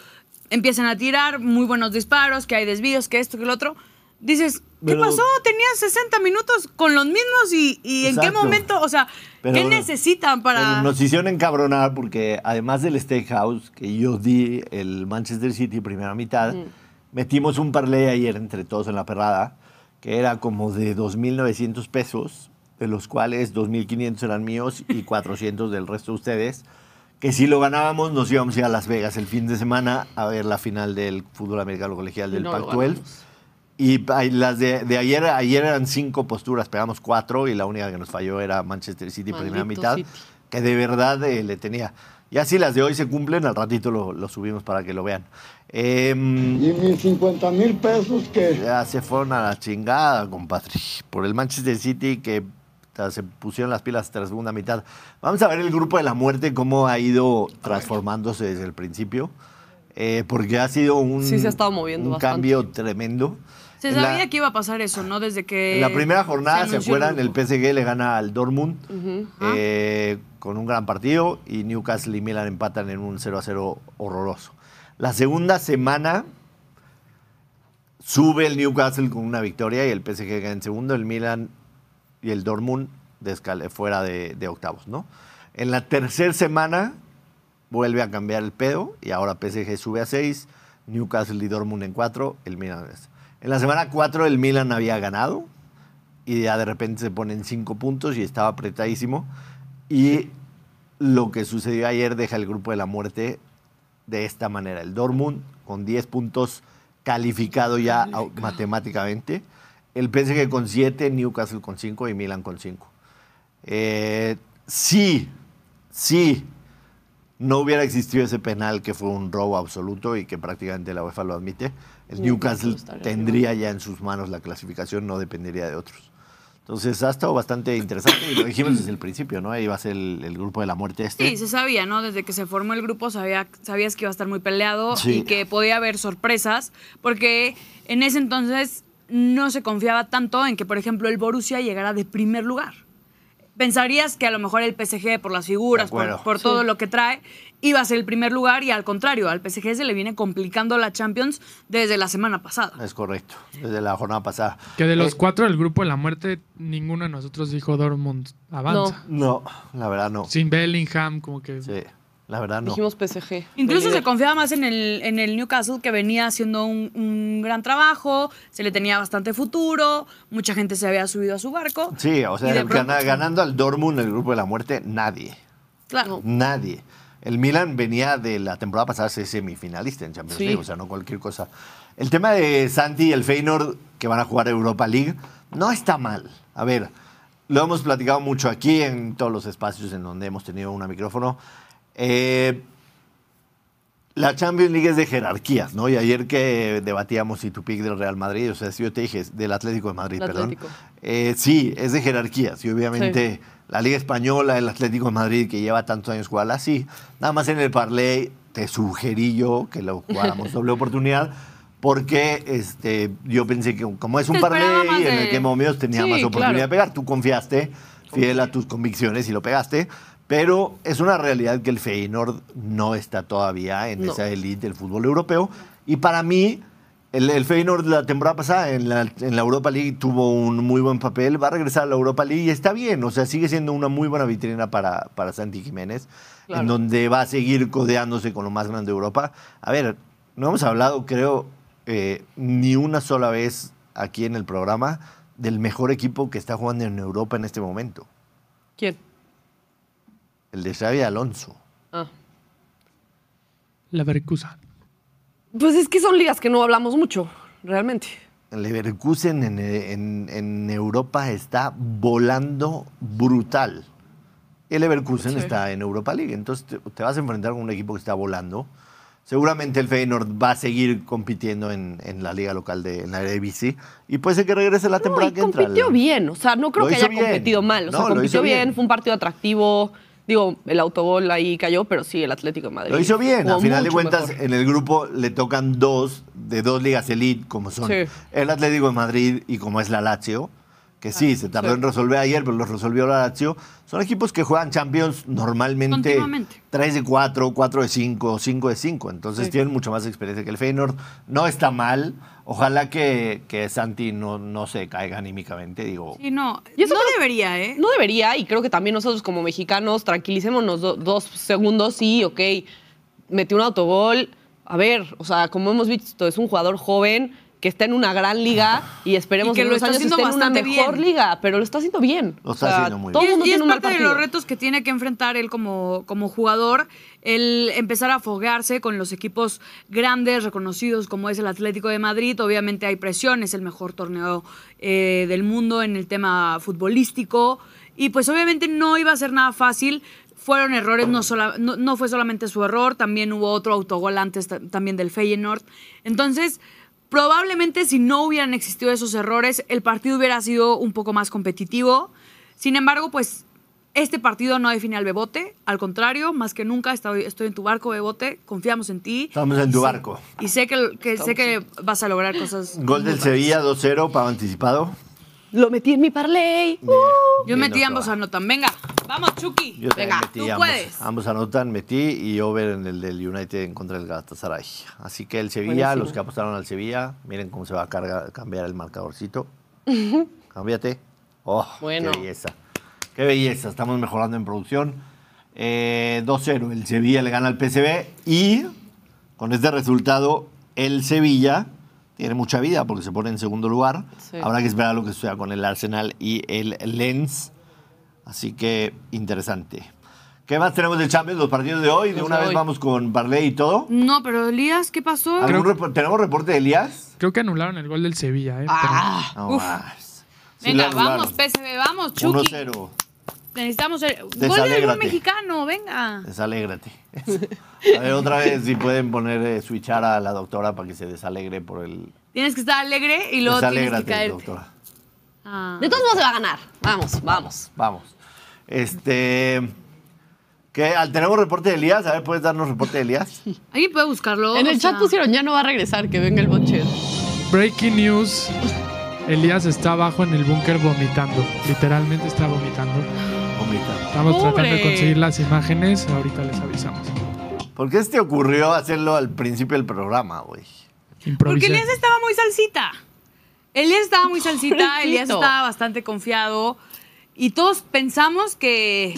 [SPEAKER 3] empiezan a tirar muy buenos disparos, que hay desvíos, que esto, que lo otro, dices, ¿qué
[SPEAKER 1] Pero-
[SPEAKER 3] pasó? Tenías 60 minutos con los mismos y, y en qué
[SPEAKER 1] Exacto.
[SPEAKER 3] momento, o sea,
[SPEAKER 1] Pero
[SPEAKER 3] ¿qué
[SPEAKER 1] bueno,
[SPEAKER 3] necesitan
[SPEAKER 1] Pero
[SPEAKER 3] para...
[SPEAKER 1] nos hicieron encabronar porque además del Steakhouse que yo di el Manchester City primera mitad, metimos un parlay ayer entre todos en la perrada que era como de 2.900 pesos, de los cuales 2.500 eran míos y 400 del resto de ustedes, que si lo ganábamos nos íbamos a ir a Las Vegas el fin de semana a ver la final del fútbol americano colegial del
[SPEAKER 4] No lo
[SPEAKER 1] Pac-12.
[SPEAKER 4] ganamos.
[SPEAKER 1] Y pa- y las de, de ayer, ayer eran cinco posturas, pegamos cuatro y la única que nos falló era Manchester City primera
[SPEAKER 4] Maldito
[SPEAKER 1] mitad,
[SPEAKER 4] City.
[SPEAKER 1] que de verdad eh, le tenía. Y así las de hoy se cumplen, al ratito lo, lo subimos para que lo vean. Em,
[SPEAKER 8] Y mis 50 mil pesos que
[SPEAKER 1] ya se fueron a la chingada, compadre, por el Manchester City que puta, se pusieron las pilas tras la segunda mitad. Vamos a ver el grupo de la muerte, cómo ha ido transformándose desde el principio, eh, porque ha sido un,
[SPEAKER 4] Sí, se ha estado moviendo
[SPEAKER 1] un
[SPEAKER 4] bastante.
[SPEAKER 1] cambio tremendo.
[SPEAKER 3] Se
[SPEAKER 1] En la-
[SPEAKER 3] sabía que iba a pasar eso, ¿no? Desde que...
[SPEAKER 1] en la primera jornada,
[SPEAKER 3] se
[SPEAKER 1] ¿se
[SPEAKER 3] anunció el
[SPEAKER 1] acuerdan? El
[SPEAKER 3] grupo.
[SPEAKER 1] PSG le gana al Dortmund
[SPEAKER 3] Ah.
[SPEAKER 1] eh, con un gran partido y Newcastle y Milan empatan en un 0 a 0 horroroso. La segunda semana sube el Newcastle con una victoria y el PSG queda en segundo, el Milan y el Dortmund de escal- fuera de, de octavos, ¿no? En la tercera semana vuelve a cambiar el pedo y ahora PSG sube a 6, Newcastle y Dortmund en 4, el Milan en tres. En la semana 4 el Milan había ganado y ya de repente se ponen 5 puntos y estaba apretadísimo y lo que sucedió ayer deja el grupo de la muerte de esta manera. El Dortmund con 10 puntos calificado ya au- matemáticamente, el PSG con 7, Newcastle con 5 y Milan con 5. Eh, sí, sí, no hubiera existido ese penal que fue un robo absoluto y que prácticamente la UEFA lo admite, el
[SPEAKER 4] Newcastle
[SPEAKER 1] Newcastle
[SPEAKER 4] estaría
[SPEAKER 1] tendría ya en sus manos la clasificación, no dependería de otros. Entonces ha estado bastante interesante y lo dijimos desde el principio, ¿no? Iba a ser el, el grupo de la muerte este.
[SPEAKER 3] Sí, se sabía, ¿no? Desde que se formó el grupo sabía, sabías que iba a estar muy peleado
[SPEAKER 1] Sí.
[SPEAKER 3] y que podía haber sorpresas, porque en ese entonces no se confiaba tanto en que, por ejemplo, el Borussia llegara de primer lugar. Pensarías que a lo mejor el PSG, por las figuras, por,
[SPEAKER 1] acuerdo.
[SPEAKER 3] por todo lo que trae, iba a ser el primer lugar y al contrario, al PSG se le viene complicando la Champions desde la semana pasada.
[SPEAKER 1] Es correcto, desde la jornada pasada.
[SPEAKER 6] Que de los
[SPEAKER 1] Eh,
[SPEAKER 6] cuatro del grupo de la muerte, ninguno de nosotros dijo Dortmund avanza.
[SPEAKER 1] no, la verdad no.
[SPEAKER 6] Sin Bellingham, como que...
[SPEAKER 1] Sí, la verdad no.
[SPEAKER 4] Dijimos PSG.
[SPEAKER 3] Incluso se
[SPEAKER 4] Del líder.
[SPEAKER 3] confiaba más en el, en el Newcastle, que venía haciendo un, un gran trabajo, se le tenía bastante futuro, mucha gente se había subido a su barco.
[SPEAKER 1] Sí, o sea,
[SPEAKER 3] Y de
[SPEAKER 1] el
[SPEAKER 3] pronto-
[SPEAKER 1] gana- ganando al Dortmund el grupo de la muerte, nadie.
[SPEAKER 3] Claro.
[SPEAKER 1] Nadie. El Milan venía de la temporada pasada a ser semifinalista en Champions
[SPEAKER 4] Sí.
[SPEAKER 1] League, o sea, no cualquier cosa. El tema de Santi y el Feyenoord, que van a jugar Europa League, no está mal. A ver, lo hemos platicado mucho aquí en todos los espacios en donde hemos tenido un micrófono. Eh, la Champions League es de jerarquías, ¿no? Y ayer que debatíamos si tu pick del Real Madrid, o sea, si yo te dije, del Atlético de Madrid,
[SPEAKER 4] El
[SPEAKER 1] perdón.
[SPEAKER 4] Atlético.
[SPEAKER 1] Eh, sí, es de jerarquías. Y obviamente la Liga Española, el Atlético de Madrid, que lleva tantos años jugando así. Nada más en el parlay te sugerí yo que lo jugáramos doble oportunidad. Porque este, yo pensé que como es un
[SPEAKER 3] Te esperaba más
[SPEAKER 1] parlay en
[SPEAKER 3] de-
[SPEAKER 1] el que Momios tenía
[SPEAKER 4] Sí,
[SPEAKER 1] más oportunidad
[SPEAKER 4] claro.
[SPEAKER 1] de pegar, tú confiaste, fiel a tus convicciones y lo pegaste, pero es una realidad que el Feyenoord no está todavía en
[SPEAKER 4] No.
[SPEAKER 1] esa elite del fútbol europeo. Y para mí, el, el Feyenoord la temporada pasada en la, en la Europa League tuvo un muy buen papel, va a regresar a la Europa League y está bien, o sea, sigue siendo una muy buena vitrina para, para Santi Jiménez, en
[SPEAKER 4] Claro.
[SPEAKER 1] donde va a seguir codeándose con lo más grande de Europa. A ver, no hemos hablado, creo, eh, ni una sola vez aquí en el programa del mejor equipo que está jugando en Europa en este momento,
[SPEAKER 4] ¿Quién?
[SPEAKER 1] el de Xavi Alonso.
[SPEAKER 4] Ah.
[SPEAKER 6] La Vercusa.
[SPEAKER 4] Pues es que son ligas que no hablamos mucho, realmente.
[SPEAKER 1] El Leverkusen en, en- en Europa está volando brutal. El Leverkusen está en Europa League, entonces te, te vas a enfrentar con un equipo que está volando. Seguramente el Feyenoord va a seguir compitiendo en, en la liga local de en la Eredivisie y puede ser que regrese la
[SPEAKER 4] No,
[SPEAKER 1] temporada
[SPEAKER 4] y
[SPEAKER 1] que entra.
[SPEAKER 4] compitió bien, o sea, no creo
[SPEAKER 1] Lo
[SPEAKER 4] que
[SPEAKER 1] hizo
[SPEAKER 4] haya
[SPEAKER 1] bien.
[SPEAKER 4] competido mal, o sea,
[SPEAKER 1] No, lo hizo
[SPEAKER 4] compitió bien,
[SPEAKER 1] bien.
[SPEAKER 4] fue un partido atractivo. Digo, el autogol ahí cayó, pero sí, el Atlético de Madrid.
[SPEAKER 1] Lo hizo bien.
[SPEAKER 4] jugó
[SPEAKER 1] Al final de
[SPEAKER 4] mucho
[SPEAKER 1] cuentas,
[SPEAKER 4] mejor.
[SPEAKER 1] en el grupo le tocan dos de dos ligas elite, como son
[SPEAKER 4] Sí.
[SPEAKER 1] el Atlético de Madrid y como es la Lazio, que sí, se tardó
[SPEAKER 4] sí.
[SPEAKER 1] en resolver ayer, pero lo resolvió la Lazio. Son equipos que juegan Champions normalmente
[SPEAKER 3] Continuamente.
[SPEAKER 1] 3 de 4, 4 de 5, 5 de 5. Entonces
[SPEAKER 4] Sí.
[SPEAKER 1] tienen mucho más experiencia que el Feyenoord. No está mal. Ojalá que, que Santi no, no se caiga anímicamente. Digo,
[SPEAKER 3] Sí, no.
[SPEAKER 4] Y eso
[SPEAKER 3] no
[SPEAKER 4] creo-
[SPEAKER 3] debería, ¿eh?
[SPEAKER 4] No debería, y creo que también nosotros como mexicanos tranquilicémonos do- dos segundos. Sí, ok, metió un autogol. A ver, o sea, como hemos visto, es un jugador joven que está en una gran liga y esperemos
[SPEAKER 3] Y que
[SPEAKER 4] en
[SPEAKER 3] lo
[SPEAKER 4] unos
[SPEAKER 3] está
[SPEAKER 4] años
[SPEAKER 3] haciendo
[SPEAKER 4] esté en una
[SPEAKER 3] bastante
[SPEAKER 4] mejor
[SPEAKER 3] bien.
[SPEAKER 4] liga, pero lo está haciendo bien.
[SPEAKER 1] Lo está haciendo muy
[SPEAKER 4] Todo
[SPEAKER 1] bien.
[SPEAKER 4] el mundo
[SPEAKER 3] y es, y es
[SPEAKER 4] tiene un mal
[SPEAKER 3] parte de
[SPEAKER 4] partido.
[SPEAKER 3] los retos que tiene que enfrentar él como, como jugador, el empezar a foguearse con los equipos grandes, reconocidos como es el Atlético de Madrid. Obviamente hay presión, es el mejor torneo eh, del mundo en el tema futbolístico. Y pues obviamente no iba a ser nada fácil. Fueron errores, no, sola- no, no fue solamente su error, también hubo otro autogol antes ta- también del Feyenoord. Entonces, probablemente si no hubieran existido esos errores, el partido hubiera sido un poco más competitivo. Sin embargo, pues este partido no define al Bebote, al contrario, más que nunca estoy, estoy en tu barco, Bebote, confiamos en ti.
[SPEAKER 1] estamos en
[SPEAKER 3] Y
[SPEAKER 1] tu
[SPEAKER 3] sé-
[SPEAKER 1] barco.
[SPEAKER 3] Y sé que, que sé que vas a lograr cosas.
[SPEAKER 1] Gol
[SPEAKER 3] muy
[SPEAKER 1] del
[SPEAKER 3] buenas.
[SPEAKER 1] Sevilla 2-0, pago anticipado.
[SPEAKER 4] Lo metí en mi parlay.
[SPEAKER 3] Yo
[SPEAKER 1] Bien,
[SPEAKER 3] metí
[SPEAKER 1] doctora.
[SPEAKER 3] ambos anotan. Venga, vamos, Chucky.
[SPEAKER 1] Yo también
[SPEAKER 3] Venga,
[SPEAKER 1] metí
[SPEAKER 3] tú
[SPEAKER 1] ambos,
[SPEAKER 3] puedes.
[SPEAKER 1] ambos anotan, metí y over en el del United en contra del Galatasaray. Así que el Sevilla,
[SPEAKER 4] Buenísimo.
[SPEAKER 1] los que apostaron al Sevilla, miren cómo se va a cargar- cambiar el marcadorcito. Cámbiate. Oh,
[SPEAKER 4] Bueno.
[SPEAKER 1] qué belleza. Qué belleza, estamos mejorando en producción. Eh, 2-0, el Sevilla le gana al PSV y con este resultado el Sevilla tiene mucha vida porque se pone en segundo lugar.
[SPEAKER 4] Sí.
[SPEAKER 1] Habrá que esperar lo que suceda con el Arsenal y el Lens. Así que interesante. ¿Qué más tenemos del Champions? Los partidos de hoy. De
[SPEAKER 4] Los
[SPEAKER 1] una
[SPEAKER 4] de
[SPEAKER 1] vez
[SPEAKER 4] hoy.
[SPEAKER 1] vamos con Barley y todo.
[SPEAKER 3] No, pero Elías, ¿qué pasó?
[SPEAKER 1] ¿Algún repo- ¿Tenemos reporte de Elías?
[SPEAKER 6] Creo que anularon el gol del Sevilla, ¿eh?
[SPEAKER 4] Ah,
[SPEAKER 1] No más. Sí
[SPEAKER 3] Venga,
[SPEAKER 1] lo
[SPEAKER 3] vamos,
[SPEAKER 1] anularon.
[SPEAKER 3] PSV, vamos, Chucky.
[SPEAKER 1] 1-0.
[SPEAKER 3] Necesitamos el gol de algún
[SPEAKER 1] Desalégrate.
[SPEAKER 3] mexicano, venga.
[SPEAKER 1] Desalégrate. A ver, otra vez, si pueden poner, eh, switchar a la doctora para que se desalegre por el.
[SPEAKER 3] Tienes que estar alegre y luego tienes que
[SPEAKER 1] Desalégrate,
[SPEAKER 3] caerte.
[SPEAKER 1] doctora.
[SPEAKER 3] Ah.
[SPEAKER 4] De todos modos se va a ganar. Vamos, vamos.
[SPEAKER 1] Vamos. Este. ¿Qué? Al- ¿Tenemos reporte de Elías? A ver, ¿puedes darnos reporte de Elías?
[SPEAKER 3] ¿Alguien puede buscarlo?
[SPEAKER 9] En
[SPEAKER 3] O
[SPEAKER 9] el chat
[SPEAKER 3] sea,
[SPEAKER 9] pusieron, ya no va a regresar, que venga el bonche.
[SPEAKER 6] Breaking news. Elías está abajo en el búnker vomitando. Literalmente está vomitando.
[SPEAKER 1] Vomita.
[SPEAKER 6] Estamos tratando de
[SPEAKER 9] Pobre.
[SPEAKER 6] conseguir las imágenes. Ahorita les avisamos.
[SPEAKER 1] ¿Por qué se te ocurrió hacerlo al principio del programa, güey?
[SPEAKER 3] Porque
[SPEAKER 6] Improvisé.
[SPEAKER 3] Elías estaba muy salsita. Elías estaba muy salsita,
[SPEAKER 9] Pobrecito.
[SPEAKER 3] Elías estaba bastante confiado y todos pensamos que,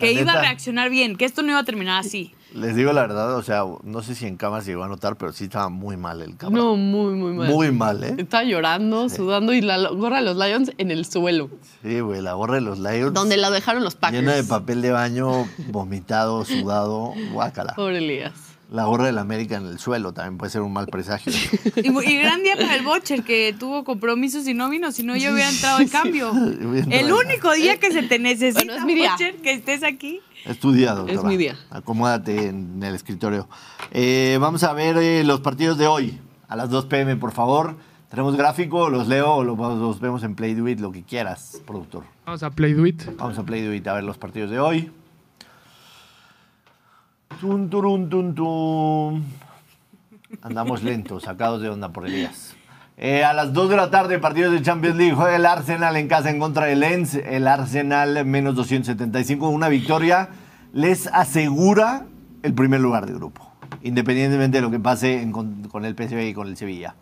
[SPEAKER 3] que
[SPEAKER 1] La
[SPEAKER 3] iba a
[SPEAKER 1] neta.
[SPEAKER 3] reaccionar bien, que esto no iba a terminar así.
[SPEAKER 1] Les digo la verdad, o sea, no sé si en cama se llegó a notar, pero sí estaba muy mal el cabrón.
[SPEAKER 9] No, muy, muy mal.
[SPEAKER 1] Muy mal, ¿eh?
[SPEAKER 9] Estaba llorando, sudando y la gorra de los Lions en el suelo,
[SPEAKER 1] Sí, güey, la gorra de los Lions.
[SPEAKER 9] donde la dejaron los Packers.
[SPEAKER 1] Llena de papel de baño, vomitado, sudado, guácala.
[SPEAKER 9] Pobre Elías.
[SPEAKER 1] La gorra del América en el suelo también puede ser un mal presagio.
[SPEAKER 3] Y, bu- y gran día para el Bocher que tuvo compromisos y no vino, si no yo hubiera entrado en cambio. El único día que se te necesita,
[SPEAKER 9] Bueno, es mi día.
[SPEAKER 3] Bocher, que estés aquí.
[SPEAKER 1] Estudiado,
[SPEAKER 9] Es mi día.
[SPEAKER 1] Acomódate en el escritorio. Eh, vamos a ver eh, los partidos de hoy a las 2 p.m., por favor. Tenemos gráfico, los leo, los, los vemos en Play Do It, lo que quieras, productor.
[SPEAKER 6] Vamos a Play Do It.
[SPEAKER 1] Vamos a Play Do It a ver los partidos de hoy. Tun, turun, tun, tum. Andamos lentos, sacados de onda por Elías. Eh, a las 2 de la tarde, partidos de Champions League. Juega el Arsenal en casa en contra del Lens. El Arsenal menos 275. Una victoria les asegura el primer lugar de grupo. Independientemente de lo que pase en con, con el PSV y con el Sevilla.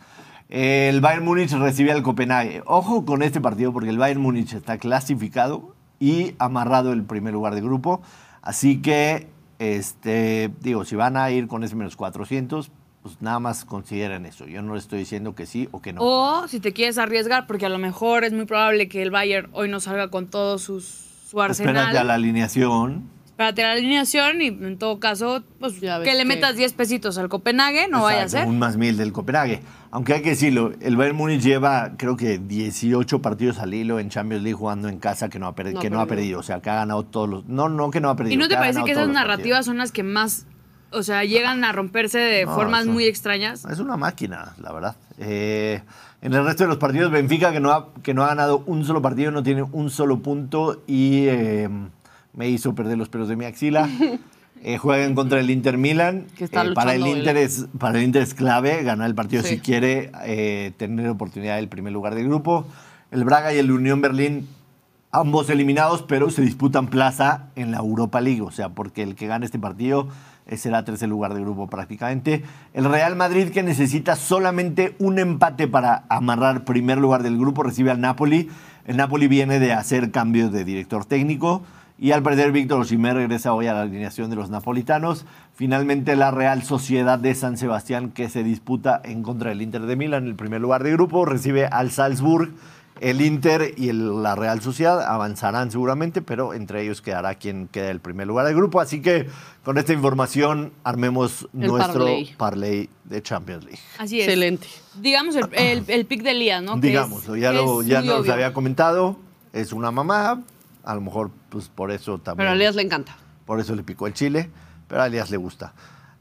[SPEAKER 1] El Bayern Múnich recibe al Copenhague. Ojo con este partido porque el Bayern Múnich está clasificado y amarrado el primer lugar de grupo. Así que, este, digo, si van a ir con ese menos 400, pues nada más consideren eso. Yo no les estoy diciendo que sí o que no.
[SPEAKER 3] O si te quieres arriesgar, porque a lo mejor es muy probable que el Bayern hoy no salga con todo sus, su arsenal.
[SPEAKER 1] Espérate a la alineación.
[SPEAKER 3] Espérate la alineación y en todo caso, pues
[SPEAKER 9] Ya ves
[SPEAKER 3] que le
[SPEAKER 9] que-
[SPEAKER 3] metas 10 pesitos al Copenhague, no vaya a
[SPEAKER 1] Exacto,
[SPEAKER 3] ser.
[SPEAKER 1] Un más mil del Copenhague. Aunque hay que decirlo, el Bayern Múnich lleva, creo que 18 partidos al hilo en Champions League jugando en casa que no ha, perdi-
[SPEAKER 9] No ha
[SPEAKER 1] que no ha
[SPEAKER 9] perdido.
[SPEAKER 1] perdido. O sea, que ha ganado todos los. No, no, que no ha perdido.
[SPEAKER 3] ¿Y no te
[SPEAKER 1] ha
[SPEAKER 3] parece
[SPEAKER 1] ganado
[SPEAKER 3] que
[SPEAKER 1] todos
[SPEAKER 3] esas
[SPEAKER 1] los
[SPEAKER 3] narrativas son las que más, o sea, llegan a romperse de
[SPEAKER 1] No,
[SPEAKER 3] formas
[SPEAKER 1] eso-
[SPEAKER 3] muy extrañas?
[SPEAKER 1] Es una máquina, la verdad. Eh, en el resto de los partidos, Benfica, que no, ha, que no ha ganado un solo partido, no tiene un solo punto y eh, me hizo perder los pelos de mi axila. Eh, juega en contra del Inter Milan. eh,
[SPEAKER 9] Que está
[SPEAKER 1] para, el
[SPEAKER 9] luchando
[SPEAKER 1] Inter
[SPEAKER 9] él.
[SPEAKER 1] es, para el Inter es clave ganar el partido
[SPEAKER 9] Sí.
[SPEAKER 1] si quiere eh, tener oportunidad del primer lugar del grupo. El Braga y el Unión Berlín, ambos eliminados, pero se disputan plaza en la Europa League. O sea, porque el que gane este partido eh, será tercer lugar del grupo prácticamente. El Real Madrid, que necesita solamente un empate para amarrar primer lugar del grupo, recibe al Napoli. El Napoli viene de hacer cambios de director técnico. Y al perder, Víctor Osimhen regresa hoy a la alineación de los napolitanos. Finalmente, la Real Sociedad de San Sebastián, que se disputa en contra del Inter de Milán, el primer lugar de grupo, recibe al Salzburg. El Inter y el- la Real Sociedad avanzarán seguramente, pero entre ellos quedará quien quede el primer lugar del grupo. Así que con esta información armemos
[SPEAKER 9] El
[SPEAKER 1] nuestro
[SPEAKER 9] parlay.
[SPEAKER 1] parlay de Champions League.
[SPEAKER 3] Así es.
[SPEAKER 9] Excelente.
[SPEAKER 3] Digamos el, el, el pick de Elías, ¿no? Que es-
[SPEAKER 1] Digámoslo, ya,
[SPEAKER 3] que
[SPEAKER 1] lo,
[SPEAKER 3] es
[SPEAKER 1] ya
[SPEAKER 3] muy
[SPEAKER 1] nos
[SPEAKER 3] obvio.
[SPEAKER 1] había comentado, es una mamá, a lo mejor pues por eso también.
[SPEAKER 9] Pero a Elías le encanta.
[SPEAKER 1] Por eso le picó el chile, pero a Elías le gusta.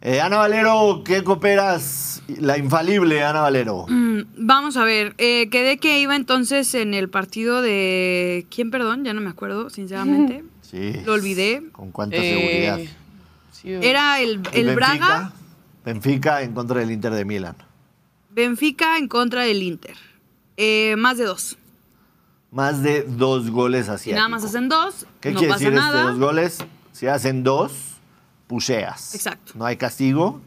[SPEAKER 1] Eh, Ana Valero, ¿qué cooperas? La infalible Ana Valero.
[SPEAKER 3] Mm, Vamos a ver, eh, quedé que iba entonces en el partido de... ¿Quién, perdón? Ya no me acuerdo, sinceramente.
[SPEAKER 1] Sí.
[SPEAKER 3] Lo olvidé.
[SPEAKER 1] Con cuánta
[SPEAKER 9] Eh,
[SPEAKER 1] seguridad.
[SPEAKER 9] sí,
[SPEAKER 4] eh.
[SPEAKER 3] Era el, el
[SPEAKER 1] Benfica-
[SPEAKER 3] Braga,
[SPEAKER 1] Benfica en contra del Inter de Milán.
[SPEAKER 3] Benfica en contra del Inter. Eh, más de dos.
[SPEAKER 1] Más de dos goles hacia.
[SPEAKER 3] Si nada más hacen dos,
[SPEAKER 1] ¿Qué
[SPEAKER 3] no
[SPEAKER 1] quiere
[SPEAKER 3] pasa
[SPEAKER 1] decir este
[SPEAKER 3] nada.
[SPEAKER 1] dos goles? Si hacen dos, puseas.
[SPEAKER 3] Exacto.
[SPEAKER 1] No hay castigo,